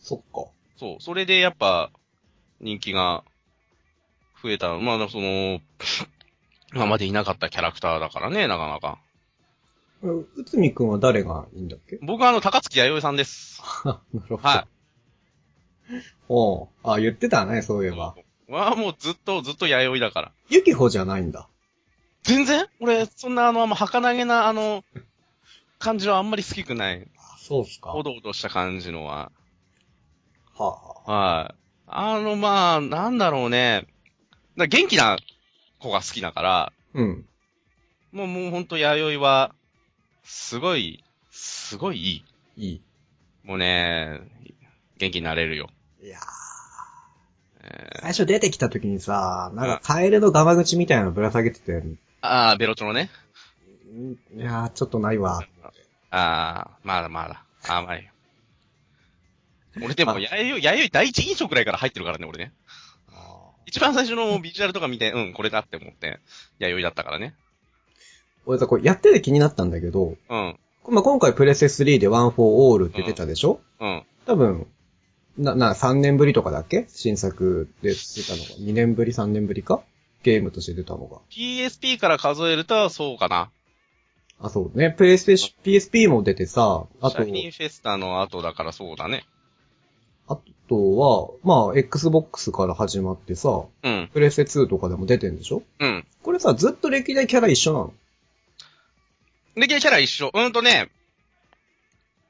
[SPEAKER 1] そっか。
[SPEAKER 2] そう。それでやっぱ、人気が、増えた。まあ、その、 今までいなかったキャラクターだからね、なかなか。
[SPEAKER 1] ううつみくんは誰がいいんだっけ
[SPEAKER 2] 僕はあの、高月弥生さんです。
[SPEAKER 1] なるほど。
[SPEAKER 2] はい
[SPEAKER 1] おうあ、言ってたね、そういえば。
[SPEAKER 2] はもうずっと、ずっと弥生だから。
[SPEAKER 1] ゆきほじゃないんだ。
[SPEAKER 2] 全然俺、そんなあの、あんま儚げな、あの、感じはあんまり好きくない。
[SPEAKER 1] あ、そうっすか
[SPEAKER 2] お
[SPEAKER 1] は
[SPEAKER 2] どおどした感じのは。
[SPEAKER 1] あ、はあ。
[SPEAKER 2] はい。あの、まあ、なんだろうね。だ元気な子が好きだから、
[SPEAKER 1] うん。
[SPEAKER 2] もう、もうほんと弥生は、すごい、すごいいい。
[SPEAKER 1] いい。
[SPEAKER 2] もうね、元気になれるよ。
[SPEAKER 1] いや
[SPEAKER 2] え
[SPEAKER 1] ー最初出てきた時にさ、なんかカエルのガマ口みたいなのぶら下げてて、ん
[SPEAKER 2] ーああ、ベロチョのね。
[SPEAKER 1] いやー、ちょっとないわ。
[SPEAKER 2] ああ、まだまだ。甘いよ。俺で
[SPEAKER 1] あ
[SPEAKER 2] も、やゆ、やゆ第一印象くらいから入ってるからね、俺ね。一番最初のビジュアルとか見て、うん、これだって思って、やゆいだったからね。
[SPEAKER 1] 俺さ、これやってて気になったんだけど、
[SPEAKER 2] うん、
[SPEAKER 1] まあ、今回プレセ3でワンフォーオールって出たでしょ、
[SPEAKER 2] うん。
[SPEAKER 1] 多分、な、な、3年ぶりとかだっけ新作で出たのが。2年ぶり、3年ぶりかゲームとして出たのが。
[SPEAKER 2] PSP から数えると、そうかな。
[SPEAKER 1] あ、そうね。プレイステーシ PSP も出てさ、あ
[SPEAKER 2] シ
[SPEAKER 1] と
[SPEAKER 2] ャイ、ニーフェスタの後だからそうだね。
[SPEAKER 1] あとは、まあ、Xbox から始まってさ、
[SPEAKER 2] うん、
[SPEAKER 1] プレステ2とかでも出てんでしょ
[SPEAKER 2] うん。
[SPEAKER 1] これさ、ずっと歴代キャラ一緒なの
[SPEAKER 2] で、キャラ一緒。うんとね、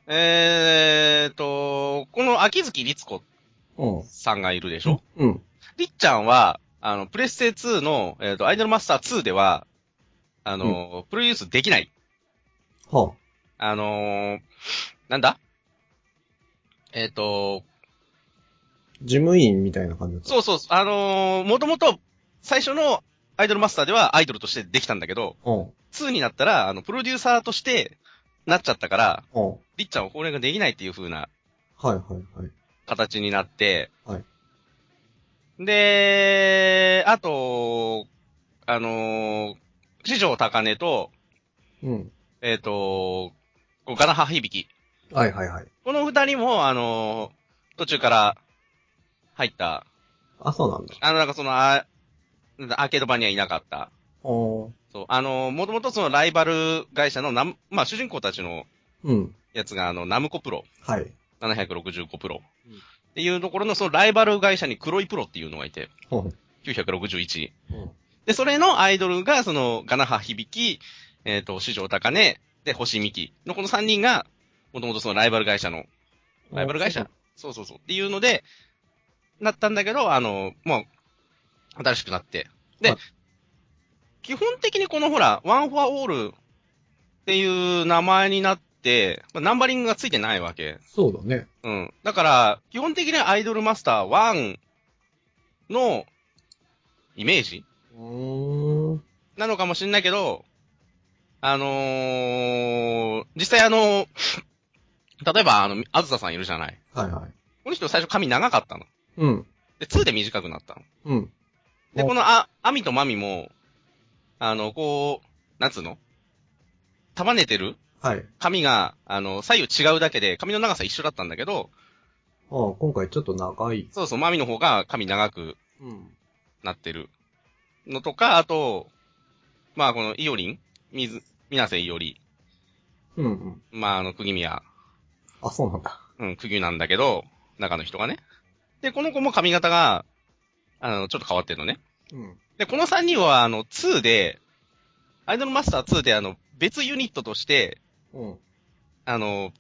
[SPEAKER 2] えーと、この秋月律子
[SPEAKER 1] うん。
[SPEAKER 2] さんがいるでしょ
[SPEAKER 1] うん。
[SPEAKER 2] りっちゃんは、あの、プレステ2の、えっ、と、アイドルマスター2では、あの、プロデュースできない。
[SPEAKER 1] は
[SPEAKER 2] あのーなんだえっ、と、
[SPEAKER 1] あ、事務員みたいな感じだった。
[SPEAKER 2] そうそう、あのもともと、最初のアイドルマスターではアイドルとしてできたんだけど、
[SPEAKER 1] うん。
[SPEAKER 2] 2になったら、あの、プロデューサーとしてなっちゃったから、
[SPEAKER 1] うん。はい
[SPEAKER 2] りっちゃんはこれができないっていう風な
[SPEAKER 1] はいはい。
[SPEAKER 2] 形になって、
[SPEAKER 1] はい
[SPEAKER 2] で、あと、あのー、四条高根と、
[SPEAKER 1] うん。
[SPEAKER 2] えっ、と、こうガナハ響き。
[SPEAKER 1] はいはいはい。
[SPEAKER 2] この二人も、あのー、途中から入った、
[SPEAKER 1] あ、そうなんだ。
[SPEAKER 2] あの、なんかその、あなんだアーケード版にはいなかった。
[SPEAKER 1] おー
[SPEAKER 2] そう、あのー、もともとそのライバル会社のナム、まあ主人公たちの
[SPEAKER 1] うん。
[SPEAKER 2] やつが、あの、ナムコプロ、
[SPEAKER 1] はい。
[SPEAKER 2] 765プロ。
[SPEAKER 1] うん
[SPEAKER 2] っていうところの、そのライバル会社に黒いプロっていうのがいて、
[SPEAKER 1] ほう
[SPEAKER 2] 961。
[SPEAKER 1] うん。
[SPEAKER 2] で、それのアイドルが、その、ガナハ響き、えっ、と、四条高根、で、星美希のこの三人が、もともとそのライバル会社の、ライバル会社そうそうそう。っていうので、なったんだけど、あの、もう、新しくなって。で、
[SPEAKER 1] はい
[SPEAKER 2] 基本的にこのほら、ワンフォアオールっていう名前になって、まあナンバリングがついてないわけ。
[SPEAKER 1] そうだね。
[SPEAKER 2] うん。だから、基本的にはアイドルマスター1のイメージ
[SPEAKER 1] うーん。
[SPEAKER 2] なのかもしんないけど、あのー、実際あの、例えばあの、あずささんいるじゃない。
[SPEAKER 1] はいはい。
[SPEAKER 2] この人最初髪長かったの。
[SPEAKER 1] うん。
[SPEAKER 2] で、2で短くなったの。
[SPEAKER 1] うん。
[SPEAKER 2] で、
[SPEAKER 1] お
[SPEAKER 2] このあ、アミとマミも、あの、こう、なんつうの束ねてる
[SPEAKER 1] はい。
[SPEAKER 2] 髪が、あの、左右違うだけで、髪の長さ一緒だったんだけど、
[SPEAKER 1] ああ、今回ちょっと長い。
[SPEAKER 2] そうそう、マミの方が髪長く
[SPEAKER 1] うん。
[SPEAKER 2] なってるのとか、あと、まあこのイオリン、水、水瀬いおり、
[SPEAKER 1] うんうん。
[SPEAKER 2] まああの、釘宮、
[SPEAKER 1] あ、そうなんだ。
[SPEAKER 2] うん、釘なんだけど、中の人がね。で、この子も髪型が、あの、ちょっと変わってるのね。
[SPEAKER 1] うん。
[SPEAKER 2] で、この3人はあの、2で、アイドルマスター2であの、別ユニットとして、
[SPEAKER 1] うん。
[SPEAKER 2] あの、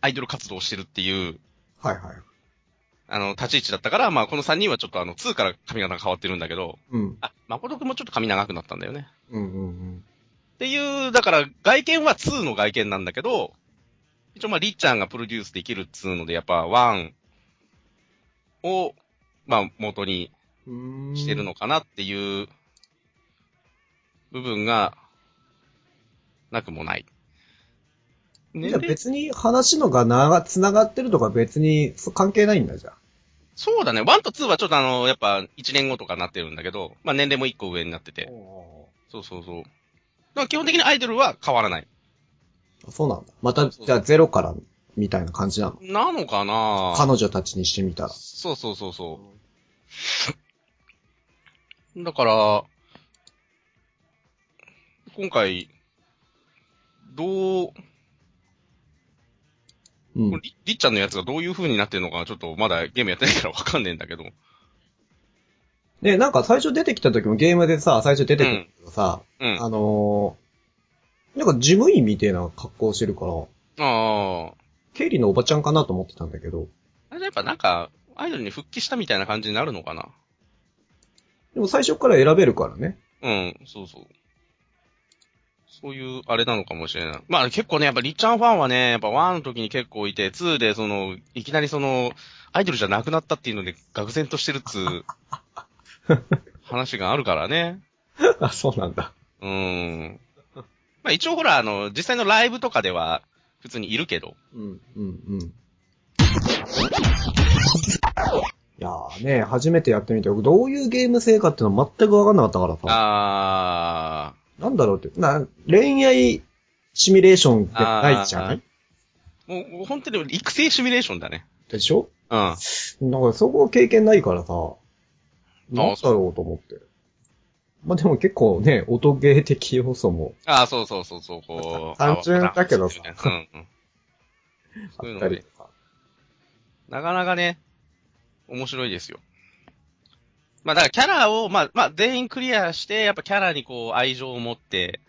[SPEAKER 2] アイドル活動をしてるっていう、
[SPEAKER 1] はいはい。
[SPEAKER 2] あの、立ち位置だったから、まあこの3人はちょっとあの、2から髪型が変わってるんだけど、
[SPEAKER 1] うん。
[SPEAKER 2] あ、誠くんもちょっと髪長くなったんだよね。
[SPEAKER 1] うんうんうん。
[SPEAKER 2] っていう、だから外見は2の外見なんだけど、一応まありっちゃんがプロデュースできるっつうので、やっぱ1を、まあ元に
[SPEAKER 1] うーん
[SPEAKER 2] してるのかなっていう部分がなくもない。
[SPEAKER 1] じ
[SPEAKER 2] ね
[SPEAKER 1] ゃあ、別に話のがな、繋がってるとか別にそ関係ないんだじゃあ。
[SPEAKER 2] そうだね。1と2はちょっとあの、やっぱ1年後とかなってるんだけど、まあ年齢も1個上になってて。そうそうそう。だから基本的にアイドルは変わらない。
[SPEAKER 1] そうなんだ。また、じゃあゼロからみたいな感じなの。
[SPEAKER 2] なのかな
[SPEAKER 1] 彼女たちにしてみたら。
[SPEAKER 2] そうそうそうそう。だから、今回、どう、
[SPEAKER 1] うん。
[SPEAKER 2] りりっちゃんのやつがどういう風になってるのか、ちょっとまだゲームやってないからわかんねえんだけど。
[SPEAKER 1] で、なんか最初出てきた時もゲームでさ、最初出てくるけどさ、
[SPEAKER 2] うん。あ
[SPEAKER 1] あのー、なんか事務員みたいな格好してるから、
[SPEAKER 2] あ。
[SPEAKER 1] 経理のおばちゃんかなと思ってたんだけど、
[SPEAKER 2] あれやっぱなんか、アイドルに復帰したみたいな感じになるのかな。
[SPEAKER 1] でも最初から選べるからね。
[SPEAKER 2] うん、そうそう。そういう、あれなのかもしれない。まあ結構ね、やっぱりっちゃんファンはね、やっぱ1の時に結構いて、2でその、いきなりその、アイドルじゃなくなったっていうので、愕然としてるっつ う、話があるからね。
[SPEAKER 1] あ、そうなんだ。
[SPEAKER 2] うーん。まあ一応ほら、あの、実際のライブとかでは、普通にいるけど。
[SPEAKER 1] うん、うん、うん。いやーね、初めてやってみて、どういうゲーム性かっていうのは全くわかんなかったからさ、
[SPEAKER 2] あ
[SPEAKER 1] なんだろうって、な、恋愛シミュレーションってないじゃな
[SPEAKER 2] あ
[SPEAKER 1] い
[SPEAKER 2] ー。もうもう本当に育成シミュレーションだね。
[SPEAKER 1] でしょ
[SPEAKER 2] うん。あ
[SPEAKER 1] なんかそこ経験ないからさ、なんだろうと思って。まあでも結構ね、音ゲー的要素も
[SPEAKER 2] あー、そうそうそうそう、こう。
[SPEAKER 1] 単純だけどさ
[SPEAKER 2] うんうん。そうい
[SPEAKER 1] あっ
[SPEAKER 2] うの
[SPEAKER 1] た
[SPEAKER 2] も
[SPEAKER 1] り
[SPEAKER 2] ね
[SPEAKER 1] とか。
[SPEAKER 2] なかなかね、面白いですよ。まあだからキャラを、まあ、まあ全員クリアして、やっぱキャラにこう愛情を持って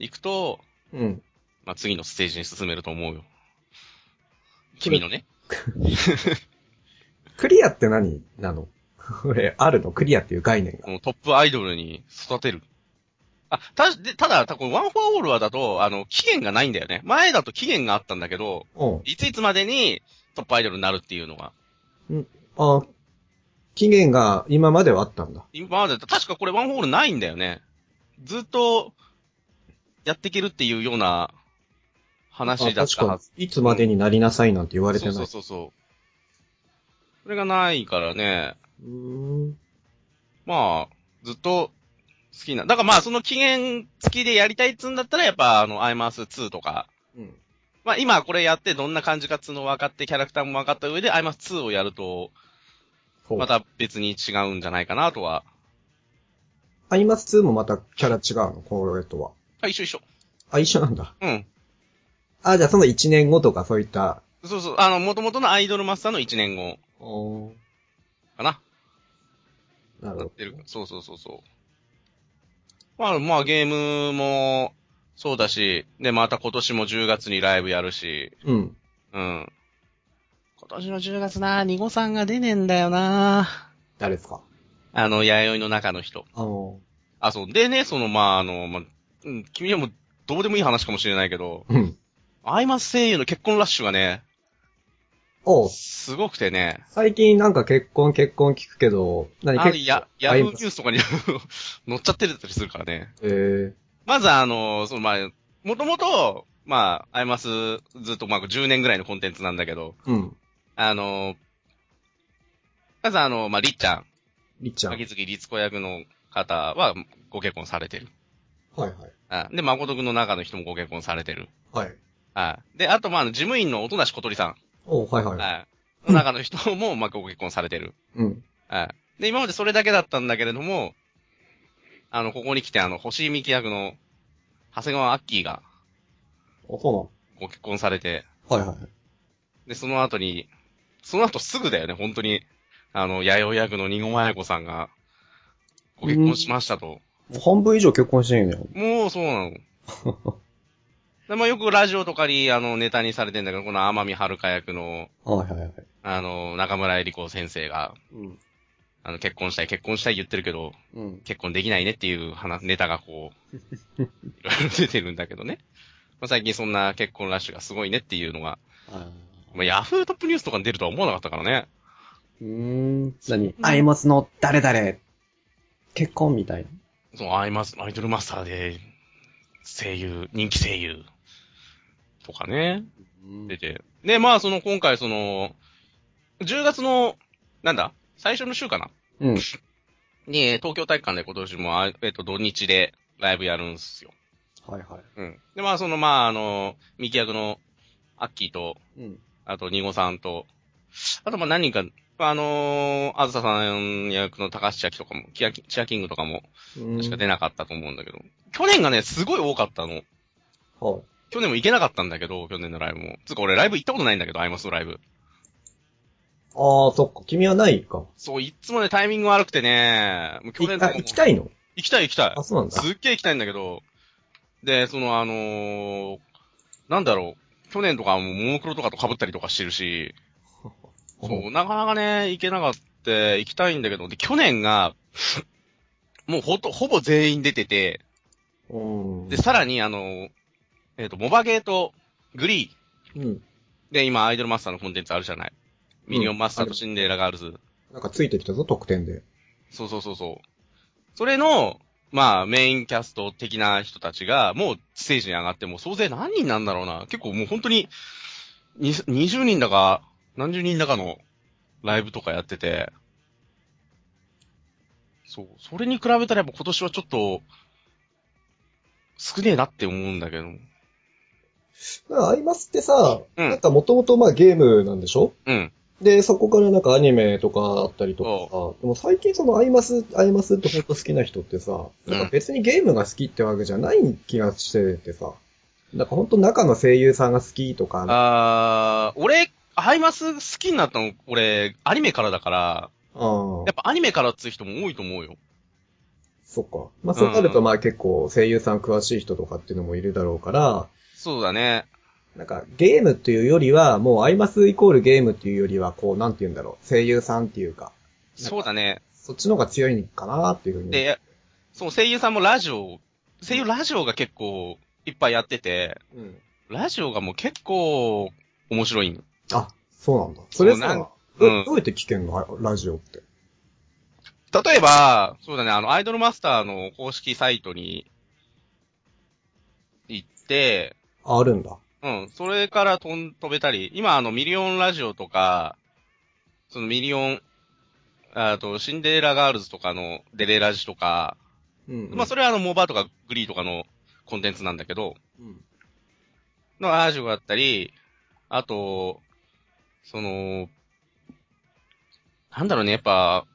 [SPEAKER 2] いくと、
[SPEAKER 1] うん。
[SPEAKER 2] まあ次のステージに進めると思うよ。君のね。
[SPEAKER 1] クリアって何なの 俺、あるのクリアっていう概念が。
[SPEAKER 2] このトップアイドルに育てる。あ、た、でただ、たこのワンフォアオールはだと、あの、期限がないんだよね。前だと期限があったんだけど、
[SPEAKER 1] うん。
[SPEAKER 2] いついつまでにトップアイドルになるっていうのが。
[SPEAKER 1] あ、期限が今まではあったんだ。
[SPEAKER 2] 今までだと、確かこれワンフォアオールないんだよね。ずっと、やっていけるっていうような話だ
[SPEAKER 1] あ
[SPEAKER 2] っ
[SPEAKER 1] 確
[SPEAKER 2] たは
[SPEAKER 1] か
[SPEAKER 2] ず。
[SPEAKER 1] に、いつまでになりなさいなんて言われて
[SPEAKER 2] そう
[SPEAKER 1] ない。
[SPEAKER 2] そうそうそう。それがないからね。
[SPEAKER 1] うーん
[SPEAKER 2] まあ、ずっと好きな。だからまあ、その期限付きでやりたいっつんだったら、やっぱ、あの、アイマース2とか、
[SPEAKER 1] うん。
[SPEAKER 2] まあ今これやってどんな感じかっつうの分かって、キャラクターも分かった上で、アイマス2をやると、
[SPEAKER 1] そう
[SPEAKER 2] ま。た別に違うんじゃないかなとは。
[SPEAKER 1] アイマス2もまたキャラ違うのこれとは。
[SPEAKER 2] あ、一緒一緒。
[SPEAKER 1] あ、一緒なんだ。
[SPEAKER 2] うん。
[SPEAKER 1] あ、じゃあその1年後とかそういった。
[SPEAKER 2] そうそう。あの、元々のアイドルマスターの1年後
[SPEAKER 1] お
[SPEAKER 2] かな。
[SPEAKER 1] なる
[SPEAKER 2] な
[SPEAKER 1] ほど。
[SPEAKER 2] ってる。そうそうそうそう。まあ、まあゲームも、そうだし、で、また今年も10月にライブやるし、
[SPEAKER 1] うん。
[SPEAKER 2] うん。今年の10月な、ニゴさんが出ねえんだよな
[SPEAKER 1] 誰ですか
[SPEAKER 2] あの、弥生の中の人。
[SPEAKER 1] あの、
[SPEAKER 2] あ、そう。でね、その、まあ、あの、まあ、うん、君はもう、どうでもいい話かもしれないけど、
[SPEAKER 1] うん。
[SPEAKER 2] アイマス声優の結婚ラッシュがね、
[SPEAKER 1] おう
[SPEAKER 2] すごくてね、
[SPEAKER 1] 最近なんか結婚結婚聞くけど、何
[SPEAKER 2] あの、
[SPEAKER 1] 結
[SPEAKER 2] や、ヤフーニュースとかに 載っちゃってたりするからね。
[SPEAKER 1] えー、
[SPEAKER 2] まずあの、その、まあ、もともと、まあ、アイマス、ずっと、まあ、10年ぐらいのコンテンツなんだけど、
[SPEAKER 1] うん。
[SPEAKER 2] あの、まずあの、まあ、りっちゃん、
[SPEAKER 1] りっちゃん。はい
[SPEAKER 2] 秋月律子役の方は、ご結婚されてる。
[SPEAKER 1] はい。
[SPEAKER 2] あで、誠くんの中の人もご結婚されてる。
[SPEAKER 1] はい。
[SPEAKER 2] あで、あと、まあ、あの事務員の音なし小鳥さん。
[SPEAKER 1] おうはいはい。
[SPEAKER 2] はい。の中の人も、まあ、ご結婚されてる。
[SPEAKER 1] うん。
[SPEAKER 2] はい。で、今までそれだけだったんだけれども、あの、ここに来て、あの、星井美希役の、長谷川アッキーが
[SPEAKER 1] お、そ
[SPEAKER 2] ご結婚されて、
[SPEAKER 1] うなのはいはい。
[SPEAKER 2] で、その後に、その後すぐだよね、本当に、あの、弥生役の二子麻也子さんが、ご結婚しましたと。
[SPEAKER 1] もう半分以上結婚してんね
[SPEAKER 2] もう、そうなの。 で、まあ、よくラジオとかに、あの、ネタにされてんだけど、この天海遥役の、
[SPEAKER 1] はいはいはい。
[SPEAKER 2] あの、中村江里子先生が、
[SPEAKER 1] うん。
[SPEAKER 2] あの、結婚したい、結婚したい言ってるけど、
[SPEAKER 1] うん。
[SPEAKER 2] 結婚できないねっていう話、ネタがこう、いろいろ出てるんだけどね。まあ、最近そんな結婚ラッシュがすごいねっていうのが、
[SPEAKER 1] あ
[SPEAKER 2] まあ、ヤフートップニュースとかに出るとは思わなかったからね。
[SPEAKER 1] うーん。何アイマスの誰々、結婚みたいな。
[SPEAKER 2] そのアイマス、アイドルマスターで、声優、人気声優、とかね、出て。で、まあその今回その、10月の、なんだ最初の週かな
[SPEAKER 1] うん。
[SPEAKER 2] に、えー東京体育館で今年も、あえっと、土日でライブやるんすよ。
[SPEAKER 1] はいは
[SPEAKER 2] うん。で、まあその、まああの、ミキ役のアッキーと、
[SPEAKER 1] い。うん。
[SPEAKER 2] あと、ニゴさんと、あと、まあ、何人か、あのー、あずささん役の高橋千秋とかも、キアキチアキングとかも、確か出なかったと思うんだけど、去年がね、すごい多かったの。
[SPEAKER 1] はい。
[SPEAKER 2] 去年も行けなかったんだけど、去年のライブも。つうか、俺ライブ行ったことないんだけど、アイマスのライブ。
[SPEAKER 1] ああ、そっか。君はないか。
[SPEAKER 2] そう、いっつもね、タイミング悪くてね、もう去
[SPEAKER 1] い
[SPEAKER 2] 年
[SPEAKER 1] あ
[SPEAKER 2] とかも
[SPEAKER 1] 行きたいの
[SPEAKER 2] 行きたい行きたい
[SPEAKER 1] あ、。そうなんだ。
[SPEAKER 2] すっげえ行きたいんだけど、で、そのあのー、なんだろう、去年とかはもう、ももクロとかと被ったりとかしてるし、そう、なかなかね、行けなかった、行きたいんだけど、で、去年が、もうほと、ほぼ全員出てて、
[SPEAKER 1] うん。
[SPEAKER 2] で、さらにあの、えっ、と、モバゲーとグリ
[SPEAKER 1] うん。
[SPEAKER 2] ーで今アイドルマスターのコンテンツあるじゃない。ミニオンマスターとシンデレラガールズ。
[SPEAKER 1] なんかついてきたぞ、特典で。
[SPEAKER 2] そうそうそうそう。それの、まあ、メインキャスト的な人たちが、もうステージに上がって、もう総勢何人なんだろうな。結構もう本当に、に20人だか、何十人だかのライブとかやってて、そう、それに比べたらやっぱ今年はちょっと、少ねえなって思うんだけど。
[SPEAKER 1] なんかアイマスってさ、
[SPEAKER 2] うん
[SPEAKER 1] なんかもともとまあゲームなんでしょ
[SPEAKER 2] うん。
[SPEAKER 1] で、そこからなんかアニメとかあったりとかさ、でも最近そのアイマス、アイマスってほんと好きな人ってさ、
[SPEAKER 2] うん
[SPEAKER 1] なんか別にゲームが好きってわけじゃない気がしててさ、なんかほんと中の声優さんが好きとか、
[SPEAKER 2] あー、俺、アイマス好きになったの、俺、アニメからだから、
[SPEAKER 1] うん
[SPEAKER 2] やっぱアニメからっつう人も多いと思うよ。
[SPEAKER 1] そっか。まあそうなるとまあ結構声優さん詳しい人とかっていうのもいるだろうから、
[SPEAKER 2] そうだね。
[SPEAKER 1] なんかゲームっていうよりは、もうアイマスイコールゲームっていうよりは、こうなんて言うんだろう、声優さんっていうか、
[SPEAKER 2] そうだね。
[SPEAKER 1] そっちの方が強いかなっていうふうに。
[SPEAKER 2] で、その声優さんもラジオ、声優ラジオが結構いっぱいやってて、
[SPEAKER 1] うん。
[SPEAKER 2] ラジオがもう結構面白いの。
[SPEAKER 1] あ、そうなんだ。それ
[SPEAKER 2] そうなん
[SPEAKER 1] さ、
[SPEAKER 2] うん
[SPEAKER 1] どどうやって聞けんのあラジオって。
[SPEAKER 2] 例えば、そうだね、あの、アイドルマスターの公式サイトに行って、
[SPEAKER 1] あ、あるんだ。
[SPEAKER 2] うん、それから飛ん飛べたり、今あの、ミリオンラジオとか、そのミリオンあと、シンデレラガールズとかのデレラジとか、
[SPEAKER 1] うん
[SPEAKER 2] まあそれはあの、モバとかグリーとかのコンテンツなんだけど、
[SPEAKER 1] うん。
[SPEAKER 2] のアージュがあったり、あと、その、なんだろうね、やっぱ、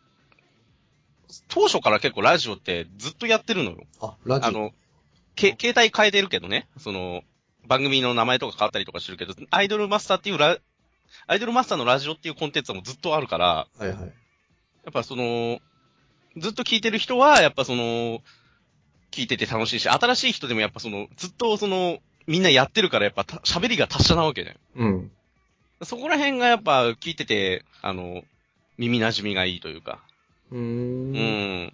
[SPEAKER 2] 当初から結構ラジオってずっとやってるのよ。
[SPEAKER 1] あ、ラジオ。
[SPEAKER 2] あの、け、携帯変えてるけどね、その、番組の名前とか変わったりとかしてるけど、アイドルマスターっていうラ、アイドルマスターのラジオっていうコンテンツはもうずっとあるから、
[SPEAKER 1] はいはい。
[SPEAKER 2] やっぱその、ずっと聞いてる人は、やっぱその、聞いてて楽しいし、新しい人でもやっぱその、ずっとその、みんなやってるからやっぱた喋りが達者なわけだよ。
[SPEAKER 1] うん。
[SPEAKER 2] そこら辺がやっぱ聞いてて、あの、耳馴染みがいいというか。
[SPEAKER 1] うー
[SPEAKER 2] うん。
[SPEAKER 1] ん。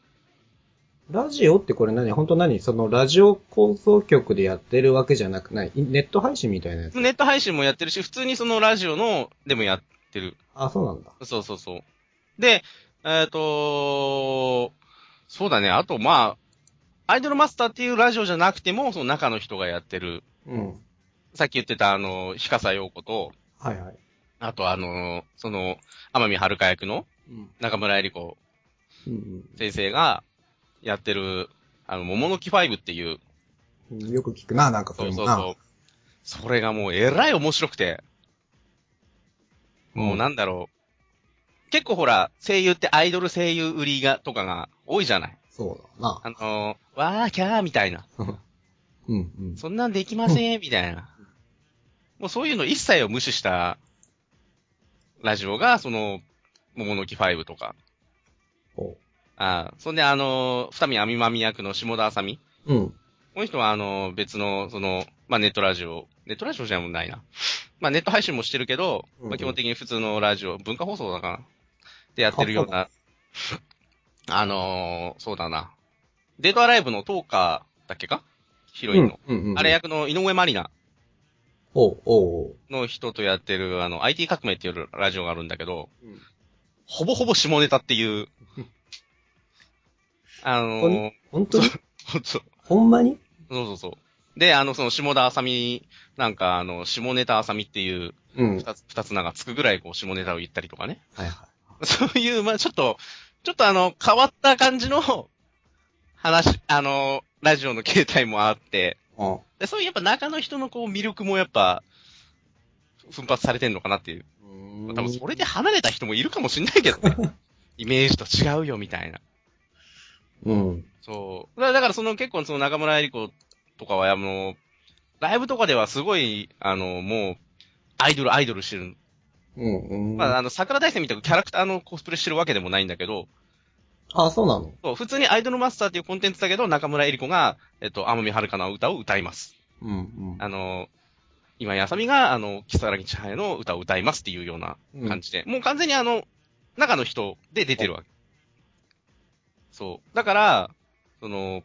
[SPEAKER 1] ラジオってこれ何本当何そのラジオ放送局でやってるわけじゃなくないネット配信みたいなやつ
[SPEAKER 2] ネット配信もやってるし、普通にそのラジオの、でもやってる。
[SPEAKER 1] あ、そうなんだ。
[SPEAKER 2] そうそうそう。で、えっ、とそうだね。あと、まあ、アイドルマスターっていうラジオじゃなくても、その中の人がやってる。
[SPEAKER 1] うん。
[SPEAKER 2] さっき言ってた、あの、ひかさようこと、
[SPEAKER 1] はいはい。
[SPEAKER 2] あとあの、その、天海遥役の
[SPEAKER 1] うん。
[SPEAKER 2] 中村えり子
[SPEAKER 1] うん
[SPEAKER 2] 先生がやってる、あの、桃の木5っていう、
[SPEAKER 1] うん。よく聞くな、なんか
[SPEAKER 2] そう
[SPEAKER 1] れも
[SPEAKER 2] そう
[SPEAKER 1] な
[SPEAKER 2] そう。それがもうえらい面白くて。もうなんだろう。結構ほら、声優ってアイドル声優売りが、とかが多いじゃない
[SPEAKER 1] そうだな。
[SPEAKER 2] あのー、わーキャーみたいな。
[SPEAKER 1] うんうん。
[SPEAKER 2] そんなんできません、みたいな。もうそういうの一切を無視した、ラジオが、その、桃の木5とか。
[SPEAKER 1] ほ
[SPEAKER 2] ああ、そんであのー、二見あみまみ役の下田あさみ。
[SPEAKER 1] ううん。
[SPEAKER 2] この人はあの、別の、その、まあ、ネットラジオ、ネットラジオじゃもうないな。まあ、ネット配信もしてるけど、
[SPEAKER 1] うんうん
[SPEAKER 2] まあ、基本的に普通のラジオ、文化放送だかなでやってるような、あのーそうだな。デートアライブのトーカーだっけかヒロインの。
[SPEAKER 1] うんうんうん
[SPEAKER 2] あれ役の井上まりな
[SPEAKER 1] おうおうおう
[SPEAKER 2] の人とやってる、あの、IT 革命っていうラジオがあるんだけど、
[SPEAKER 1] うん
[SPEAKER 2] ほぼほぼ下ネタっ ていう
[SPEAKER 1] うん、
[SPEAKER 2] あのー、
[SPEAKER 1] 本当に
[SPEAKER 2] ほんと
[SPEAKER 1] ほんまに
[SPEAKER 2] そうそうそう。で、あの、その、下田あさみ、なんか、あの、下ネタあさみっていう、
[SPEAKER 1] うん。
[SPEAKER 2] 二つ、二つ名がつくぐらい、こう、下ネタを言ったりとかね。
[SPEAKER 1] はいは
[SPEAKER 2] そういう、まあ、ちょっと、ちょっとあの、変わった感じの、話、あの、ラジオの形態もあって、
[SPEAKER 1] い。うん。
[SPEAKER 2] でそういうやっぱ中の人のこう、魅力もやっぱ、奮発されてんのかなっていう。
[SPEAKER 1] 多
[SPEAKER 2] 多分それで離れた人もいるかもしんないけど ね。イメージと違うよ、みたいな。
[SPEAKER 1] うん。
[SPEAKER 2] そう。だだからその結構その中村えり子とかは、あの、ライブとかではすごい、あの、もう、アイドル、アイドルしてる。
[SPEAKER 1] うんうん。
[SPEAKER 2] まあ、あの、桜大戦みたいなキャラクターのコスプレしてるわけでもないんだけど、
[SPEAKER 1] あ、そうなの
[SPEAKER 2] そう普通にアイドルマスターっていうコンテンツだけど、中村えり子が、えっと、天海遥かの歌を歌います。
[SPEAKER 1] うん
[SPEAKER 2] あの、今井あさみが、あの、木更木千早の歌を歌いますっていうような
[SPEAKER 1] うん。
[SPEAKER 2] 感じで、もう完全にあの、中の人で出てるわけ。そう。だから、その、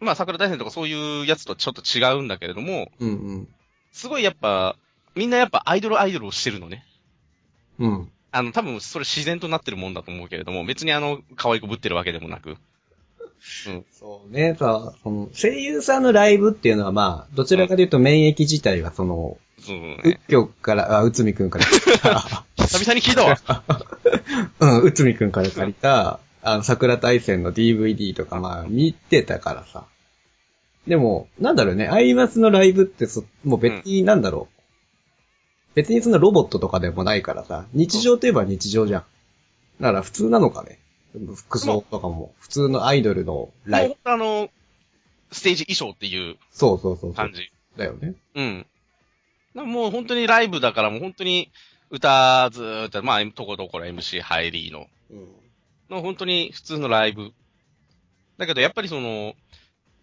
[SPEAKER 2] まあ、桜大戦とかそういうやつとはちょっと違うんだけれども、
[SPEAKER 1] うんうん。
[SPEAKER 2] すごいやっぱ、みんなやっぱアイドルアイドルをしてるのね。
[SPEAKER 1] うん。
[SPEAKER 2] あの、多分それ自然となってるもんだと思うけれども、別にあの、可愛くぶってるわけでもなく。
[SPEAKER 1] そうね、さ、その、声優さんのライブっていうのはまあ、どちらかというと免疫自体はその、
[SPEAKER 2] そう
[SPEAKER 1] うっ
[SPEAKER 2] ね。
[SPEAKER 1] きょから、あ、うつみくん から借りた、
[SPEAKER 2] 久々に聞いたわ。
[SPEAKER 1] うん、うつみくんから借りた、あの、桜大戦の DVD とかまあ、見てたからさ。でも、なんだろうね、アイマスのライブってそ、もう別に、なんだろう。別にそんなロボットとかでもないからさ、日常といえば日常じゃん。だから普通なのかね。服装とかも、普通のアイドルの ライ
[SPEAKER 2] も
[SPEAKER 1] ブ
[SPEAKER 2] う。あの、ステージ衣装っていう
[SPEAKER 1] そうそうそうそう
[SPEAKER 2] 感。じ。
[SPEAKER 1] だよね。
[SPEAKER 2] うん。なもう本当にライブだからもう本当に歌ずーっと、まあ、とこどころ MC 入りの、
[SPEAKER 1] うん。
[SPEAKER 2] の本当に普通のライブ。だけどやっぱりその、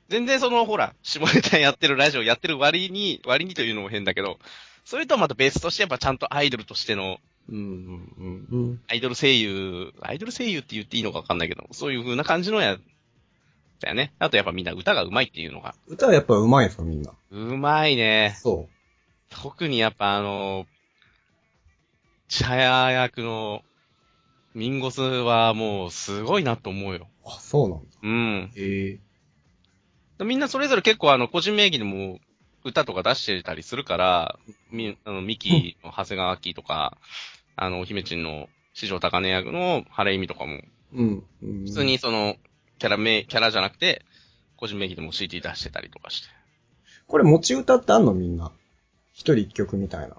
[SPEAKER 2] 全然そのほら、下ネタやってるラジオやってる割に、割にというのも変だけど、それとはまた別としてやっぱちゃんとアイドルとしての、
[SPEAKER 1] うん、うん、うん。
[SPEAKER 2] アイドル声優、アイドル声優って言っていいのかわかんないけど、そういう風な感じのや、だよね。あとやっぱみんな歌が上手いっていうのが。
[SPEAKER 1] 歌はやっぱ上手いんですか、みんな。
[SPEAKER 2] 上手いね。
[SPEAKER 1] そ
[SPEAKER 2] 特にやっぱあの、千早役のミンゴスはもうすごいなと思うよ。
[SPEAKER 1] う。あ、そうなんだ。
[SPEAKER 2] うん。
[SPEAKER 1] へえ。
[SPEAKER 2] みんなそれぞれ結構あの、個人名義でも歌とか出してたりするから、み、あの、ミキの長谷川明とか、あの、姫ちんの市場高値役の原由美とかも、
[SPEAKER 1] うん。うん
[SPEAKER 2] 普通。にその、キャラ名、キャラじゃなくて、個人名義でも CD 出してたりとかして。
[SPEAKER 1] これ持ち歌ってあんのみんな。一人一曲みたいな。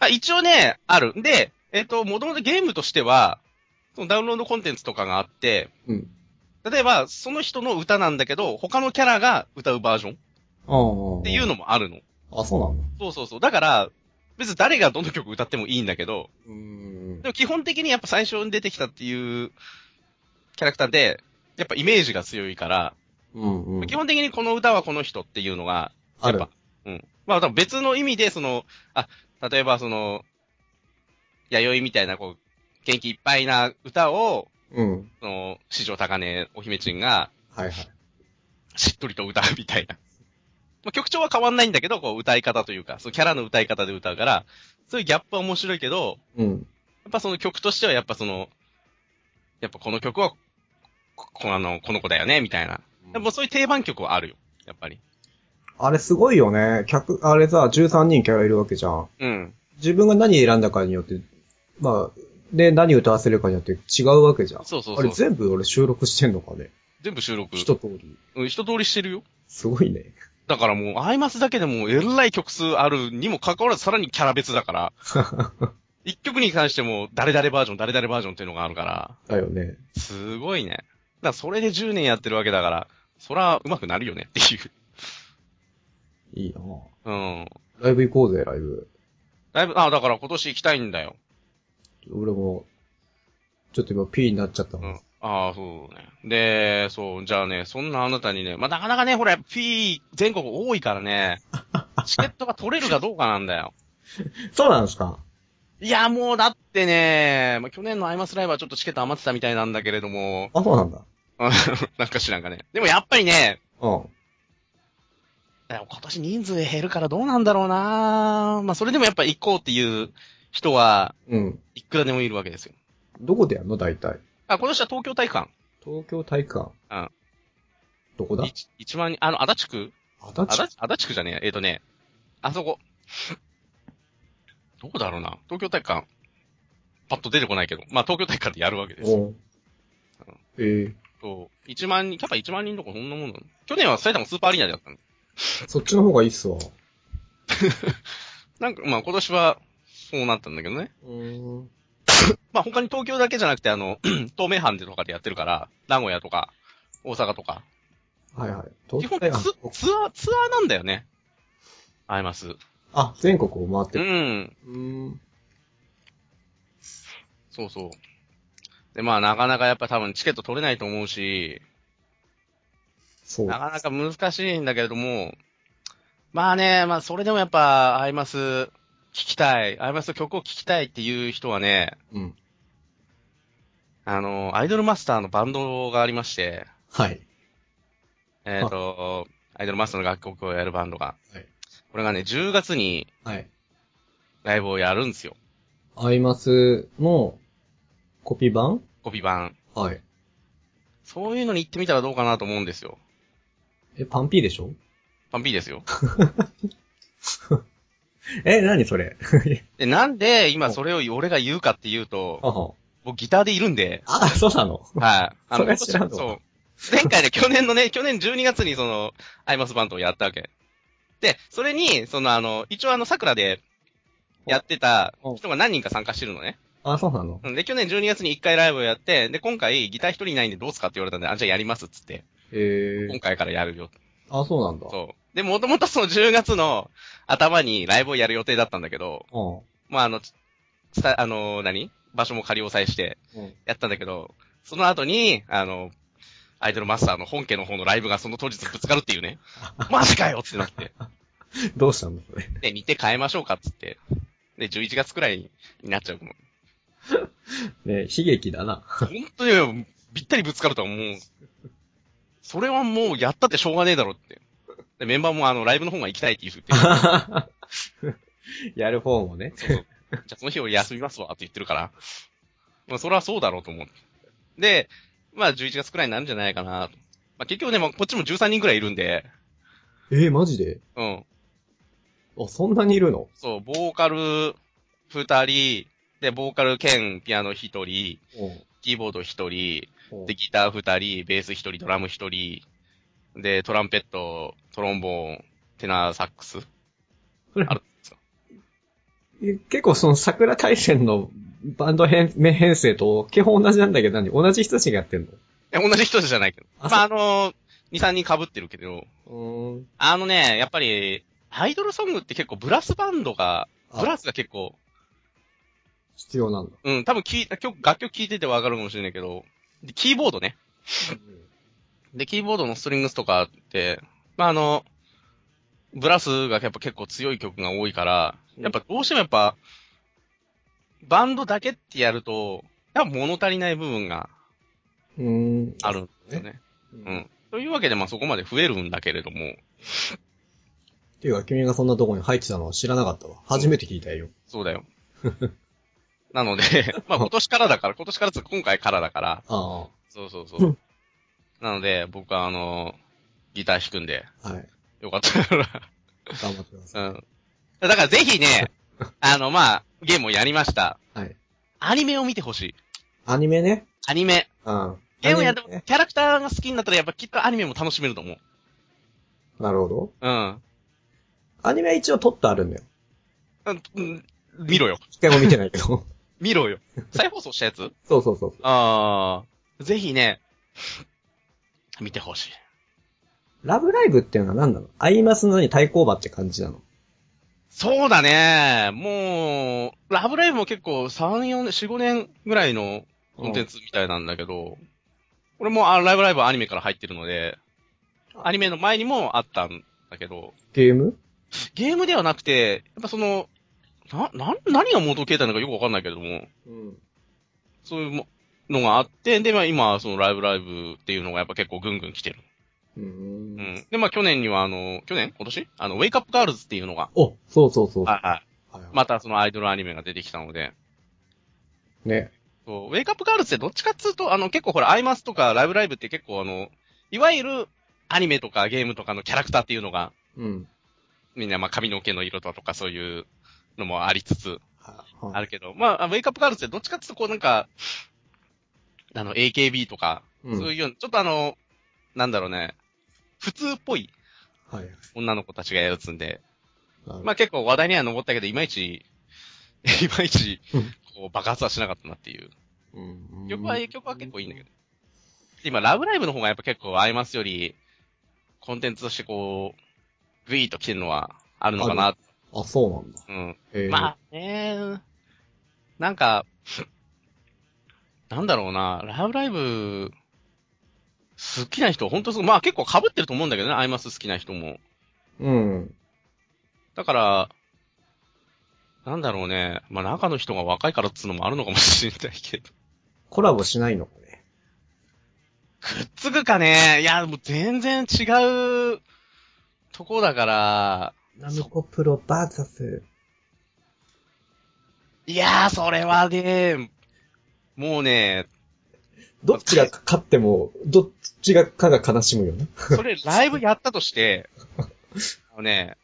[SPEAKER 2] あ、一応ね、ある。で、えっ、と、もともとゲームとしては、そのダウンロードコンテンツとかがあって、
[SPEAKER 1] うん。
[SPEAKER 2] 例えば、その人の歌なんだけど、他のキャラが歌うバージョンっ
[SPEAKER 1] ああ。
[SPEAKER 2] ていう
[SPEAKER 1] の。
[SPEAKER 2] のもあるの。
[SPEAKER 1] あ、そうなんだ。
[SPEAKER 2] そうそうそう。だから、別に誰がどの曲歌ってもいいんだけど、
[SPEAKER 1] うん
[SPEAKER 2] で。も基本的にやっぱ最初に出てきたっていうキャラクターで、やっぱイメージが強いから、
[SPEAKER 1] うんうん。
[SPEAKER 2] 基本的にこの歌はこの人っていうのが、
[SPEAKER 1] あ
[SPEAKER 2] やっ
[SPEAKER 1] る
[SPEAKER 2] ぱ。、うん。まあ多分別の意味で、その、あ、例えばその、弥生みたいなこう、元気いっぱいな歌を、
[SPEAKER 1] うん。
[SPEAKER 2] その、市場高値お姫ちんが、
[SPEAKER 1] はいはい。
[SPEAKER 2] しっとりと歌うみたいな。 まあ、曲調は変わんないんだけど、こう歌い方というか、そのキャラの歌い方で歌うから、そういうギャップは面白いけど、
[SPEAKER 1] うん。
[SPEAKER 2] やっぱその曲としてはやっぱその、やっぱこの曲は、ここあの、この子だよね、みたいな。やっぱそういう定番曲はあるよ。やっぱり。
[SPEAKER 1] あれすごいよね。客、あれさ、13人キャラいるわけじゃん。
[SPEAKER 2] うん。
[SPEAKER 1] 自分が何選んだかによって、まあ、で、何歌わせるかによって違うわけじゃん。
[SPEAKER 2] そうそう
[SPEAKER 1] あ
[SPEAKER 2] そ
[SPEAKER 1] れ
[SPEAKER 2] う。
[SPEAKER 1] 全部俺収録してんのかね。
[SPEAKER 2] 全部収録。
[SPEAKER 1] 一通り。
[SPEAKER 2] うん、一通りしてるよ。
[SPEAKER 1] すごいね。
[SPEAKER 2] だからもう、アイマスだけでも、えらい曲数あるにもかかわらず、さらにキャラ別だから。一曲に関しても、誰々バージョン、誰々バージョンっていうのがあるから、
[SPEAKER 1] だよね。
[SPEAKER 2] すごいね。だからそれで10年やってるわけだから、そら、上手くなるよねっていう。
[SPEAKER 1] いいな
[SPEAKER 2] うん。
[SPEAKER 1] ライブ行こうぜ、ライブ。
[SPEAKER 2] だいぶ、あ、だから今年行きたいんだよ。
[SPEAKER 1] 俺も、ちょっと今 P になっちゃった
[SPEAKER 2] う
[SPEAKER 1] もん。
[SPEAKER 2] ん。ああ、そうね。で、そう、じゃあね、そんなあなたにね、まあ、なかなかね、ほら、P、全国多いからね、チケットが取れるかどうかなんだよ。
[SPEAKER 1] そうなんですか
[SPEAKER 2] いや、もうだってね、まあ、去年のアイマスライブはちょっとチケット余ってたみたいなんだけれども、
[SPEAKER 1] あ、そうなんだ。
[SPEAKER 2] うん なんか知らんかね。でもやっぱりね、
[SPEAKER 1] うん。
[SPEAKER 2] でも今年人数減るからどうなんだろうなまあ、それでもやっぱ行こうっていう人は、
[SPEAKER 1] うん。
[SPEAKER 2] いくらでもいるわけですよ。
[SPEAKER 1] どこでやんの大体。
[SPEAKER 2] あ、今年は東京体育館。
[SPEAKER 1] 東京体育館。
[SPEAKER 2] うん。
[SPEAKER 1] どこだ
[SPEAKER 2] 一一万人、あの、足立区
[SPEAKER 1] 足立
[SPEAKER 2] 足立、足立区じゃねえや。えっ、とね、あそこ。どこだろうな。東京体育館。パッと出てこないけど。まあ、東京体育館でやるわけですよ。
[SPEAKER 1] おうえー
[SPEAKER 2] そう。1万人、キャパ1万人とかそんなもんなの去年は埼玉スーパーアリーナでやったの。
[SPEAKER 1] そっちの方がいいっすわ。
[SPEAKER 2] なんか、まあ、今年は、そうなったんだけどね。
[SPEAKER 1] うん。
[SPEAKER 2] まあ、他に東京だけじゃなくて、あの、 東名阪でとかでやってるから、名古屋とか、大阪とか。
[SPEAKER 1] はいはい。東
[SPEAKER 2] 基本
[SPEAKER 1] 京
[SPEAKER 2] ツ
[SPEAKER 1] 体育館。
[SPEAKER 2] ツアー、ツアーなんだよね。アイマス。
[SPEAKER 1] あ、全国を回っ
[SPEAKER 2] う
[SPEAKER 1] てる。
[SPEAKER 2] ん。
[SPEAKER 1] うん。
[SPEAKER 2] そうそう。で、まあ、なかなかやっぱ多分チケット取れないと思うし、
[SPEAKER 1] そう。
[SPEAKER 2] なかなか難しいんだけれども、まあね、まあそれでもやっぱ、アイマス聞きたい、アイマスの曲を聴きたいっていう人はね、
[SPEAKER 1] うん。
[SPEAKER 2] あの、アイドルマスターのバンドがありまして、
[SPEAKER 1] はい。
[SPEAKER 2] えっ、と、アイドルマスターの楽曲をやるバンドが、
[SPEAKER 1] はい
[SPEAKER 2] これがね、10月に
[SPEAKER 1] はい。
[SPEAKER 2] ライブをやるんですよ。
[SPEAKER 1] アイマスのコピー版
[SPEAKER 2] コピ版。
[SPEAKER 1] はい。
[SPEAKER 2] そういうのに行ってみたらどうかなと思うんですよ。
[SPEAKER 1] え、パンピーでしょ
[SPEAKER 2] パンピーで すよ。
[SPEAKER 1] え、なにそれ
[SPEAKER 2] で、なんで今それを俺が言うかっていうと、
[SPEAKER 1] あは
[SPEAKER 2] 僕ギターでいるんで、
[SPEAKER 1] あ、そうなの
[SPEAKER 2] はい。あ
[SPEAKER 1] それは知らんわ
[SPEAKER 2] そう。前回ね、去年のね、去年12月にその、アイマスバンドをやったわけ。で、それに、そのあの、一応あの、桜で、やってた人が何人か参加してるのね。
[SPEAKER 1] あ、そうなの
[SPEAKER 2] うんで、去年12月に1回ライブをやって、で、今回ギター一人いないんでどうすかって言われたんで、あ、じゃあやりますっつって、
[SPEAKER 1] え
[SPEAKER 2] 今
[SPEAKER 1] ー。
[SPEAKER 2] 回からやるよ。
[SPEAKER 1] あ、そうなんだ。
[SPEAKER 2] そう。で、もともとその10月の頭にライブをやる予定だったんだけど、まあ、あの、つつた、あの、何場所も仮押さえして、
[SPEAKER 1] うん。うん。
[SPEAKER 2] やったんだけど、その後に、あの、アイドルマスターの本家の方のライブがその当日ぶつかるっ ていうね。マジかよってなって。
[SPEAKER 1] どうしたの それ。
[SPEAKER 2] で、日程変えましょうかっつって。で、11月くらいになっちゃうもん。
[SPEAKER 1] ね、悲劇だな。
[SPEAKER 2] 本当に、ぴったりぶつかるとはもう、それはもうやったってしょうがねえだろって。で、メンバーもあの、ライブの方が行きたいって言うって。
[SPEAKER 1] やる方もね。
[SPEAKER 2] そうそう。じゃあその日を休みますわって言ってるから。まあそれはそうだろうと思う。で、まあ11月くらいになるんじゃないかなと。まあ結局ね、まあこっちも13人くらいいるんで、
[SPEAKER 1] えー、マジで
[SPEAKER 2] うん。
[SPEAKER 1] あ、そんなにいるの
[SPEAKER 2] そう、ボーカル、二人、で、ボーカル兼ピアノ一人、キーボード一人、で、ギター二人、ベース一人、ドラム一人、で、トランペット、トロンボーン、テナーサックス。
[SPEAKER 1] それ
[SPEAKER 2] あるんですよ。
[SPEAKER 1] 結構その桜大戦のバンド編、名編成と基本同じなんだけど何同じ人たちがやってん
[SPEAKER 2] え、同じ人じゃないけど。
[SPEAKER 1] あ
[SPEAKER 2] まあ、あの、2、3人被ってるけど、
[SPEAKER 1] のうん。
[SPEAKER 2] あのね、やっぱり、アイドルソングって結構ブラスバンドが、
[SPEAKER 1] あ
[SPEAKER 2] ブラスが結構、
[SPEAKER 1] 必要なんだ。
[SPEAKER 2] うん、多分聞い今日楽曲聴いててわかるかもしれないけど、でキーボードね。で、キーボードのストリングスとかって、まあ、あの、ブラスがやっぱ結構強い曲が多いから、やっぱどうしてもやっぱ、バンドだけってやると、やっぱ物足りない部分が
[SPEAKER 1] うん。
[SPEAKER 2] あるんですよね。
[SPEAKER 1] う。
[SPEAKER 2] うんん。というわけで、まあ、そこまで増えるんだけれども、
[SPEAKER 1] っていうか、君がそんなとこに入ってたのは知らなかったわ。初めて聞いたよ。
[SPEAKER 2] そう だよ。なので、まあ、今年からだから、今年からつうか今回からだから、
[SPEAKER 1] あ
[SPEAKER 2] そうそうそうう。
[SPEAKER 1] ん
[SPEAKER 2] なので、僕はあの、ギター弾くんで、
[SPEAKER 1] あ。はい。
[SPEAKER 2] よかったら。
[SPEAKER 1] 頑張ってくださ
[SPEAKER 2] うん。だからぜひ ね、あの、まあ、ゲームをやりました。
[SPEAKER 1] い。はい。
[SPEAKER 2] アニメを見てほしい。
[SPEAKER 1] アニメね。
[SPEAKER 2] アニメ。
[SPEAKER 1] うん。
[SPEAKER 2] ゲームをやって
[SPEAKER 1] アニ
[SPEAKER 2] も
[SPEAKER 1] メね、
[SPEAKER 2] キャラクターが好きになったらやっぱきっとアニメも楽しめると思う。
[SPEAKER 1] なるほど。
[SPEAKER 2] うん。
[SPEAKER 1] アニメは一応撮ってあるんだよ。
[SPEAKER 2] うんうん、見ろよ。
[SPEAKER 1] 一回も見てないけど。
[SPEAKER 2] 見ろよ。再放送したやつ
[SPEAKER 1] そうそうそう。
[SPEAKER 2] ああ。ぜひね、見てほしい。
[SPEAKER 1] ラブライブっていうのは何なのアイマスのに対抗馬って感じなの
[SPEAKER 2] そうだね。もう、ラブライブも結構3、4年、4、5年ぐらいのコンテンツみたいなんだけど、俺もあライブライブはアニメから入ってるので、アニメの前にもあったんだけど、
[SPEAKER 1] ゲーム
[SPEAKER 2] ゲームではなくて、やっぱその、な、な、何が元を消えたのかよくわかんないけれども、
[SPEAKER 1] うん。
[SPEAKER 2] そういうものがあって、で、まあ今、そのライブライブっていうのがやっぱ結構ぐんぐん来てる。
[SPEAKER 1] う。
[SPEAKER 2] うんん。で、まあ去年にはあの、去年今年あの、ウェイクアップガールズっていうのが、
[SPEAKER 1] お、そうそうそう。
[SPEAKER 2] はいはい。
[SPEAKER 1] はいはい
[SPEAKER 2] またそのアイドルアニメが出てきたので、
[SPEAKER 1] ね。
[SPEAKER 2] そう、ウェイクアップガールズってどっちかっつうと、あの、結構ほら、アイマスとかライブライブって結構あの、いわゆるアニメとかゲームとかのキャラクターっていうのが、
[SPEAKER 1] うん。
[SPEAKER 2] みんなまあ髪の毛の色だとかそういうのもありつつ、
[SPEAKER 1] はいはい
[SPEAKER 2] あるけど、まあ、あウェイクアップガールズってどっちかっていうとこうなんか、あの、AKB とか、
[SPEAKER 1] うん
[SPEAKER 2] そういうような、ちょっとあの、なんだろうね、普通っぽい
[SPEAKER 1] はいはい。
[SPEAKER 2] 女の子たちがやるやつんで、
[SPEAKER 1] なる
[SPEAKER 2] まあ結構話題には上ったけど、いまいち、 いまいち
[SPEAKER 1] うん、
[SPEAKER 2] こう爆発はしなかったなっていう。
[SPEAKER 1] うん
[SPEAKER 2] 曲は、曲は結構いいんだけど。今、ラブライブの方がやっぱ結構合いますより、コンテンツとしてこう、グイーと来てるのはあるのかな、
[SPEAKER 1] あ、そうなんだ。
[SPEAKER 2] うん。
[SPEAKER 1] え
[SPEAKER 2] まあね、なんか、なんだろうな、ラブライブ、好きな人、本当そう、まあ結構被ってると思うんだけどね、アイマス好きな人も。
[SPEAKER 1] うん。
[SPEAKER 2] だから、なんだろうね、まあ中の人が若いからっつうのもあるのかもしれないけど。
[SPEAKER 1] コラボしないのこれ。
[SPEAKER 2] くっつくかね、いや、もう全然違うとこだから、
[SPEAKER 1] ナムコプロバーサス。
[SPEAKER 2] いやー、それはね、もうね、
[SPEAKER 1] どっちが勝っても、どっちがかが悲しむよね。
[SPEAKER 2] それライブやったとして、あのね、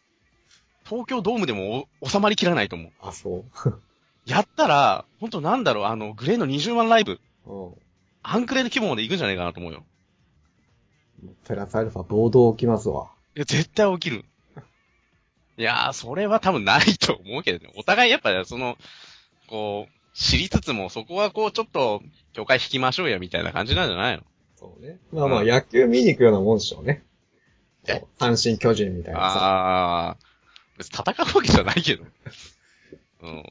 [SPEAKER 2] 東京ドームでもお収まりきらないと思う。
[SPEAKER 1] あ、そう。
[SPEAKER 2] やったら、ほんとなんだろう、あの、グレーの20万ライブ、
[SPEAKER 1] う
[SPEAKER 2] アンクレの規模まで行くんじゃないかなと思うよ。
[SPEAKER 1] ん。プラスアルファ暴動起きますわ。
[SPEAKER 2] いや、絶対起きる。いやー、それは多分ないと思うけどね。お互いやっぱ、その、こう、知りつつも、そこはこう、ちょっと、境界引きましょうよ、みたいな感じなんじゃないの
[SPEAKER 1] そうね。まあま
[SPEAKER 2] う
[SPEAKER 1] あ、
[SPEAKER 2] ん
[SPEAKER 1] 野球見に行くようなもんでしょうね。
[SPEAKER 2] え
[SPEAKER 1] こう阪神巨人みたいなさ。
[SPEAKER 2] ああ、別に戦うわけじゃないけど。うん。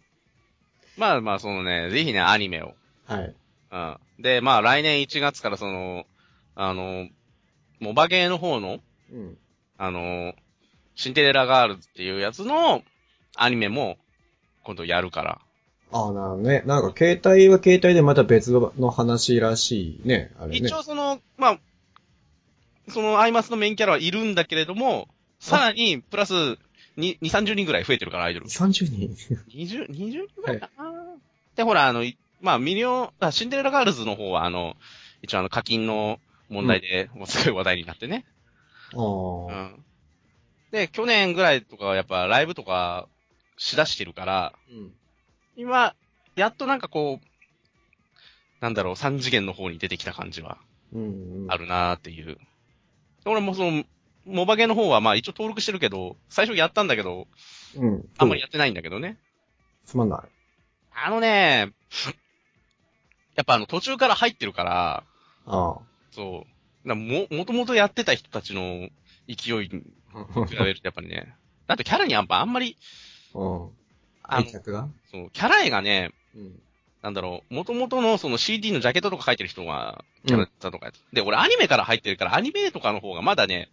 [SPEAKER 2] まあまあ、そのね、ぜひね、アニメを。
[SPEAKER 1] はい。
[SPEAKER 2] うん。で、まあ、来年1月からその、あの、モバゲーの方の、
[SPEAKER 1] うん。
[SPEAKER 2] あの、シンデレラガールズっていうやつのアニメも、今度やるから。
[SPEAKER 1] ああ、なるほどね。なんか、携帯は携帯でまた別の話らしいね。あれね
[SPEAKER 2] 一。応その、まあ、そのアイマスのメインキャラはいるんだけれども、さらに、プラス、に、2、30人ぐらい増えてるから、アイド ル。
[SPEAKER 1] 30人
[SPEAKER 2] 20、20人ぐらいかな、で、ほら、あの、いまあ、ミリオン、あ、シンデレラガールズの方は、あの、一応あの、課金の問題で、もうすごい話題になってね。う
[SPEAKER 1] ああ。
[SPEAKER 2] ん。で、去年ぐらいとかはやっぱライブとかしだしてるから、
[SPEAKER 1] うん。
[SPEAKER 2] 今、やっとなんかこう、なんだろう、三次元の方に出てきた感じは
[SPEAKER 1] うんうん。
[SPEAKER 2] あるなーっていう。俺もその、モバゲの方はまあ一応登録してるけど、最初やったんだけど、
[SPEAKER 1] うん。
[SPEAKER 2] あんまりやってないんだけどね。
[SPEAKER 1] つまんない。
[SPEAKER 2] あのね、やっぱあの途中から入ってるから、
[SPEAKER 1] あ
[SPEAKER 2] そう。なも、もともとやってた人たちの勢いに
[SPEAKER 1] あ。
[SPEAKER 2] 比べるとやっぱりね。だってキャラにやっぱあんまり、
[SPEAKER 1] うん。
[SPEAKER 2] あの
[SPEAKER 1] 愛、着が
[SPEAKER 2] そう、キャラ絵がね、
[SPEAKER 1] うん。
[SPEAKER 2] なんだろう、元々のその CD のジャケットとか書いてる人が、キャラクターとかやつ、で、俺アニメから入ってるから、アニメとかの方がまだね、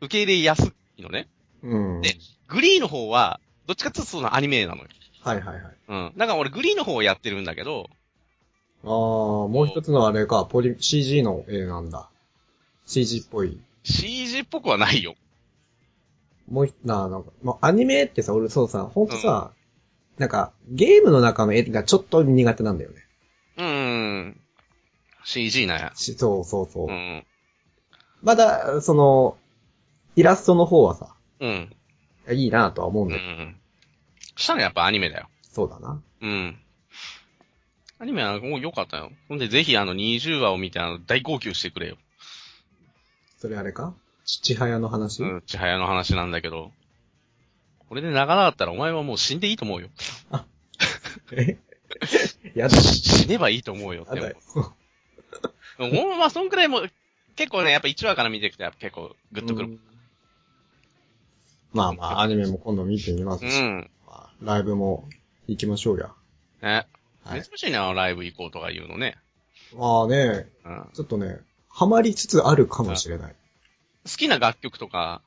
[SPEAKER 2] 受け入れやすいのね。
[SPEAKER 1] うん。
[SPEAKER 2] でグリーの方は、どっちかっていうとそのアニメなのよ。
[SPEAKER 1] はいはいはい。
[SPEAKER 2] うん。だから俺グリーの方をやってるんだけど、
[SPEAKER 1] ああ、もう一つのあれか、ポリ、CG の絵なんだ。CG っぽい。
[SPEAKER 2] CG っぽくはないよ。
[SPEAKER 1] もう一、な、なんか、まあ、アニメってさ、俺そうさ、ほんとさ、なんか、ゲームの中の絵がちょっと苦手なんだよね。
[SPEAKER 2] うーん。CG なんや。
[SPEAKER 1] しそうそうそう。
[SPEAKER 2] うん。
[SPEAKER 1] まだ、その、イラストの方はさ、
[SPEAKER 2] うん。
[SPEAKER 1] いいなとは思うん
[SPEAKER 2] う
[SPEAKER 1] だけど、
[SPEAKER 2] ん。したらやっぱアニメだよ。
[SPEAKER 1] そうだな。
[SPEAKER 2] うん。アニメはもう良かったよ。ほんでぜひあの20話を見てあの大号泣してくれよ。
[SPEAKER 1] それあれか父親の話、
[SPEAKER 2] うん、ちはやの話なんだけど。これで長かったらお前はもう死んでいいと思 うよ。
[SPEAKER 1] え やだ、
[SPEAKER 2] 死ねばいいと思うよっ
[SPEAKER 1] や
[SPEAKER 2] て
[SPEAKER 1] だよ。
[SPEAKER 2] 思う。ほんま、そんくらいもう、結構ね、やっぱ1話から見ていくとやっぱ結構グッとく
[SPEAKER 1] う
[SPEAKER 2] る。
[SPEAKER 1] んまあまあ、アニメも今度見てみます
[SPEAKER 2] う
[SPEAKER 1] し、
[SPEAKER 2] ん。
[SPEAKER 1] まあライブも行きましょうや。
[SPEAKER 2] ね。
[SPEAKER 1] はい。
[SPEAKER 2] 珍しいね、あのライブ行こうとか言うのね。
[SPEAKER 1] まあね、
[SPEAKER 2] うん。
[SPEAKER 1] ちょっとね、ハマりつつあるかもしれない。
[SPEAKER 2] 好きな楽曲とか、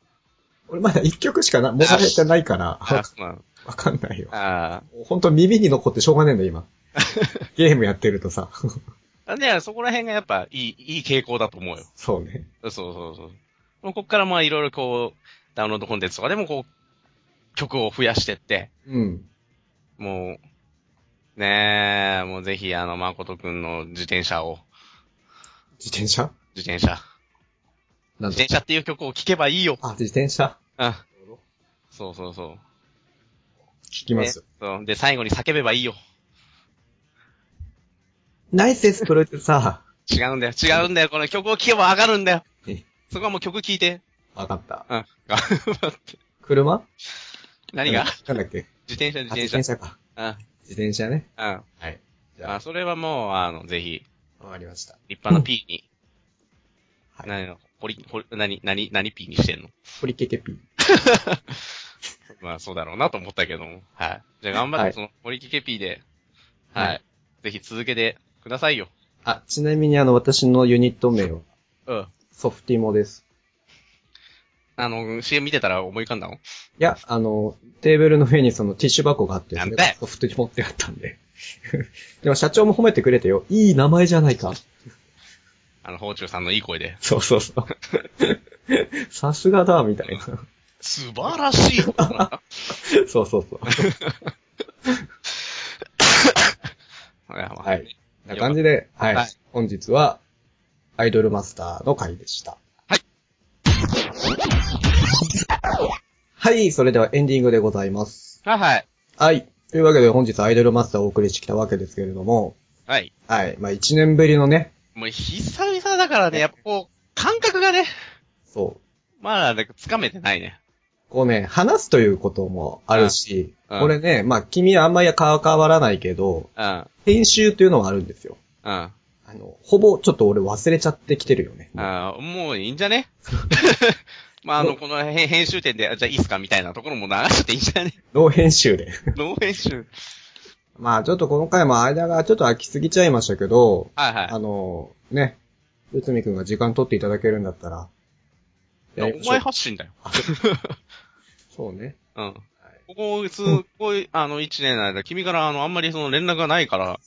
[SPEAKER 1] 俺まだ一曲しかな、もられてないから、
[SPEAKER 2] あ
[SPEAKER 1] わ
[SPEAKER 2] そうなの
[SPEAKER 1] わかんないよ。
[SPEAKER 2] あ
[SPEAKER 1] ほんと耳に残ってしょうがねえんだよ、 今。ゲームやってるとさ。
[SPEAKER 2] ーなんで、そこら辺がやっぱいい、いい傾向だと思うよ。
[SPEAKER 1] そうね。
[SPEAKER 2] そうそうそう。もうこっからまあいろいろこう、ダウンロードコンテンツとかでもこう、曲を増やしてって、
[SPEAKER 1] うん。
[SPEAKER 2] もう、ねえ、もうぜひあの、誠くんの自転車を、
[SPEAKER 1] 自転車
[SPEAKER 2] 自転車。
[SPEAKER 1] なん
[SPEAKER 2] 自
[SPEAKER 1] だ
[SPEAKER 2] 転車っていう曲を聴けばいいよ。
[SPEAKER 1] あ、自転車
[SPEAKER 2] うん。そうそうそう。
[SPEAKER 1] 聞きます。
[SPEAKER 2] ねそう。で、最後に叫べばいいよ。
[SPEAKER 1] ナイスです、プロレスさ。
[SPEAKER 2] 違うんだよ。違うんだよ。この曲を聴けば上がるんだよ
[SPEAKER 1] え。
[SPEAKER 2] そこはもう曲聴いて。
[SPEAKER 1] わかった。
[SPEAKER 2] うん。 頑張って。
[SPEAKER 1] 車
[SPEAKER 2] 何が
[SPEAKER 1] なんだっけ
[SPEAKER 2] 自転車、
[SPEAKER 1] あ
[SPEAKER 2] 自
[SPEAKER 1] 自
[SPEAKER 2] 転車。
[SPEAKER 1] 転車か。
[SPEAKER 2] うん。うん。
[SPEAKER 1] 自転車ね。
[SPEAKER 2] ま
[SPEAKER 1] はい。じゃ
[SPEAKER 2] あ、
[SPEAKER 1] あ、
[SPEAKER 2] それはもう、あの、ぜひ、
[SPEAKER 1] わかりました。
[SPEAKER 2] 立派な P に、
[SPEAKER 1] はい
[SPEAKER 2] 何の、掘り、掘り、何、何、何 P にしてんの
[SPEAKER 1] ポリケケピー。
[SPEAKER 2] まあ、そうだろうなと思ったけども。はい。じゃあ、頑張っ
[SPEAKER 1] は
[SPEAKER 2] て、
[SPEAKER 1] い
[SPEAKER 2] その、堀木ケ P で、はい、
[SPEAKER 1] はい
[SPEAKER 2] ぜひ続けてくださいよ。
[SPEAKER 1] あ、ちなみにあの、私のユニット名は、
[SPEAKER 2] うん。
[SPEAKER 1] ソフティモです。
[SPEAKER 2] あの、CM 見てたら思い浮かんだの
[SPEAKER 1] いや、あの、テーブルの上にそのティッシュ箱があって、
[SPEAKER 2] なん
[SPEAKER 1] そ
[SPEAKER 2] だ
[SPEAKER 1] れ
[SPEAKER 2] よ
[SPEAKER 1] がソフトに持ってあったんで。 でも社長も褒めてくれてよ。いい名前じゃないか。
[SPEAKER 2] あの、包中さんのいい声で。
[SPEAKER 1] そうそうそう。さすがだ、みたいな。
[SPEAKER 2] 素晴ら しい
[SPEAKER 1] そうそうそう。は。
[SPEAKER 2] はい
[SPEAKER 1] な感じで、はい、
[SPEAKER 2] はい
[SPEAKER 1] 本日は、アイドルマスターの回でした。
[SPEAKER 2] はい。
[SPEAKER 1] はい、それではエンディングでございます。
[SPEAKER 2] はいはい。
[SPEAKER 1] はい。というわけで本日アイドルマスターをお送りしてきたわけですけれども、
[SPEAKER 2] はい。
[SPEAKER 1] はい。まあ1年ぶりのね、
[SPEAKER 2] もう久々だからね、やっぱこう、感覚がね、
[SPEAKER 1] そう、
[SPEAKER 2] まだなんか掴めてないね。
[SPEAKER 1] こうね、話すということもあるし、
[SPEAKER 2] うん
[SPEAKER 1] これね、まあ君はあんまり変わらないけど、
[SPEAKER 2] うん。
[SPEAKER 1] 編集というのはあるんですよ。
[SPEAKER 2] うん。
[SPEAKER 1] あの、ほぼちょっと俺忘れちゃってきてるよね。
[SPEAKER 2] あーもういいんじゃね まあ、あの、このへ編集点で、あじゃあいいっすかみたいなところも流しちゃっていいんじゃ ね
[SPEAKER 1] ノー編集で。
[SPEAKER 2] ノー編集。
[SPEAKER 1] まあちょっとこの回も間がちょっと空きすぎちゃいましたけど、
[SPEAKER 2] はいはい。
[SPEAKER 1] あの、ね、内海くんが時間取っていただけるんだったら、
[SPEAKER 2] いや
[SPEAKER 1] やりましょう
[SPEAKER 2] お前発信だよ。
[SPEAKER 1] そうね。
[SPEAKER 2] うん。ここ、すっごい、あの、一年の間、君から、あの、あんまりその連絡がないから、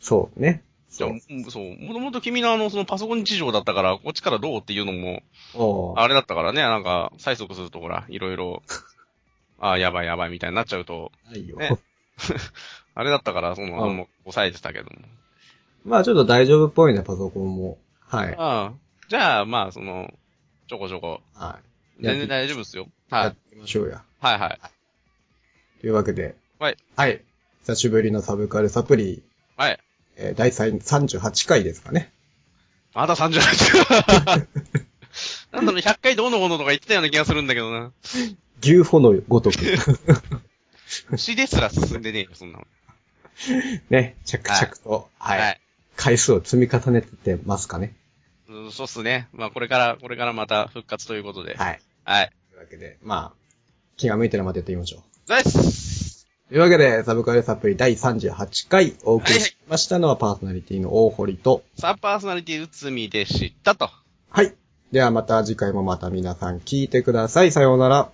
[SPEAKER 1] そうね。
[SPEAKER 2] じゃあうんそう、もともと君のあの、そのパソコン事情だったから、こっちからどうっていうのも、
[SPEAKER 1] おー
[SPEAKER 2] あれだったからね、なんか、催促するとほら、いろいろ、 ああ、やばいやばいみたいになっちゃうと、
[SPEAKER 1] ないよ。
[SPEAKER 2] ねあれだったから、その、あ
[SPEAKER 1] うん
[SPEAKER 2] の、もう抑えてたけども。
[SPEAKER 1] まあちょっと大丈夫っぽいね、パソコンも。はい。
[SPEAKER 2] ああ、じゃあ、まあ、その、ちょこちょこ、
[SPEAKER 1] は
[SPEAKER 2] 全然大丈夫ですよ。
[SPEAKER 1] い。
[SPEAKER 2] は
[SPEAKER 1] や
[SPEAKER 2] い
[SPEAKER 1] っ。ていきましょうや。
[SPEAKER 2] はいはい。
[SPEAKER 1] というわけで。
[SPEAKER 2] はい。
[SPEAKER 1] はい。久しぶりのサブカルサプリ、
[SPEAKER 2] はい。
[SPEAKER 1] えー第3 38回ですかね。
[SPEAKER 2] まだ38。なんだろう、100回どうのこうのとか言ってたような気がするんだけどな。
[SPEAKER 1] 牛歩のご とく。
[SPEAKER 2] 詩ですら進んでねえよ、そんなの。
[SPEAKER 1] ね、着々と、はい、
[SPEAKER 2] はい。
[SPEAKER 1] 回数を積み重ねてってますかね。
[SPEAKER 2] うんそうっすね。まあ、これから、これからまた復活ということで。
[SPEAKER 1] はい。
[SPEAKER 2] はい。
[SPEAKER 1] というわけで、まあ、気が向いたらまたやってみましょう。
[SPEAKER 2] ナイス
[SPEAKER 1] というわけで、サブカルサプリ第38回お送りしましたのはパーソナリティの大堀と、
[SPEAKER 2] サーパーソナリティ、うつみでしたと。
[SPEAKER 1] はい。ではまた次回もまた皆さん聞いてください。さようなら。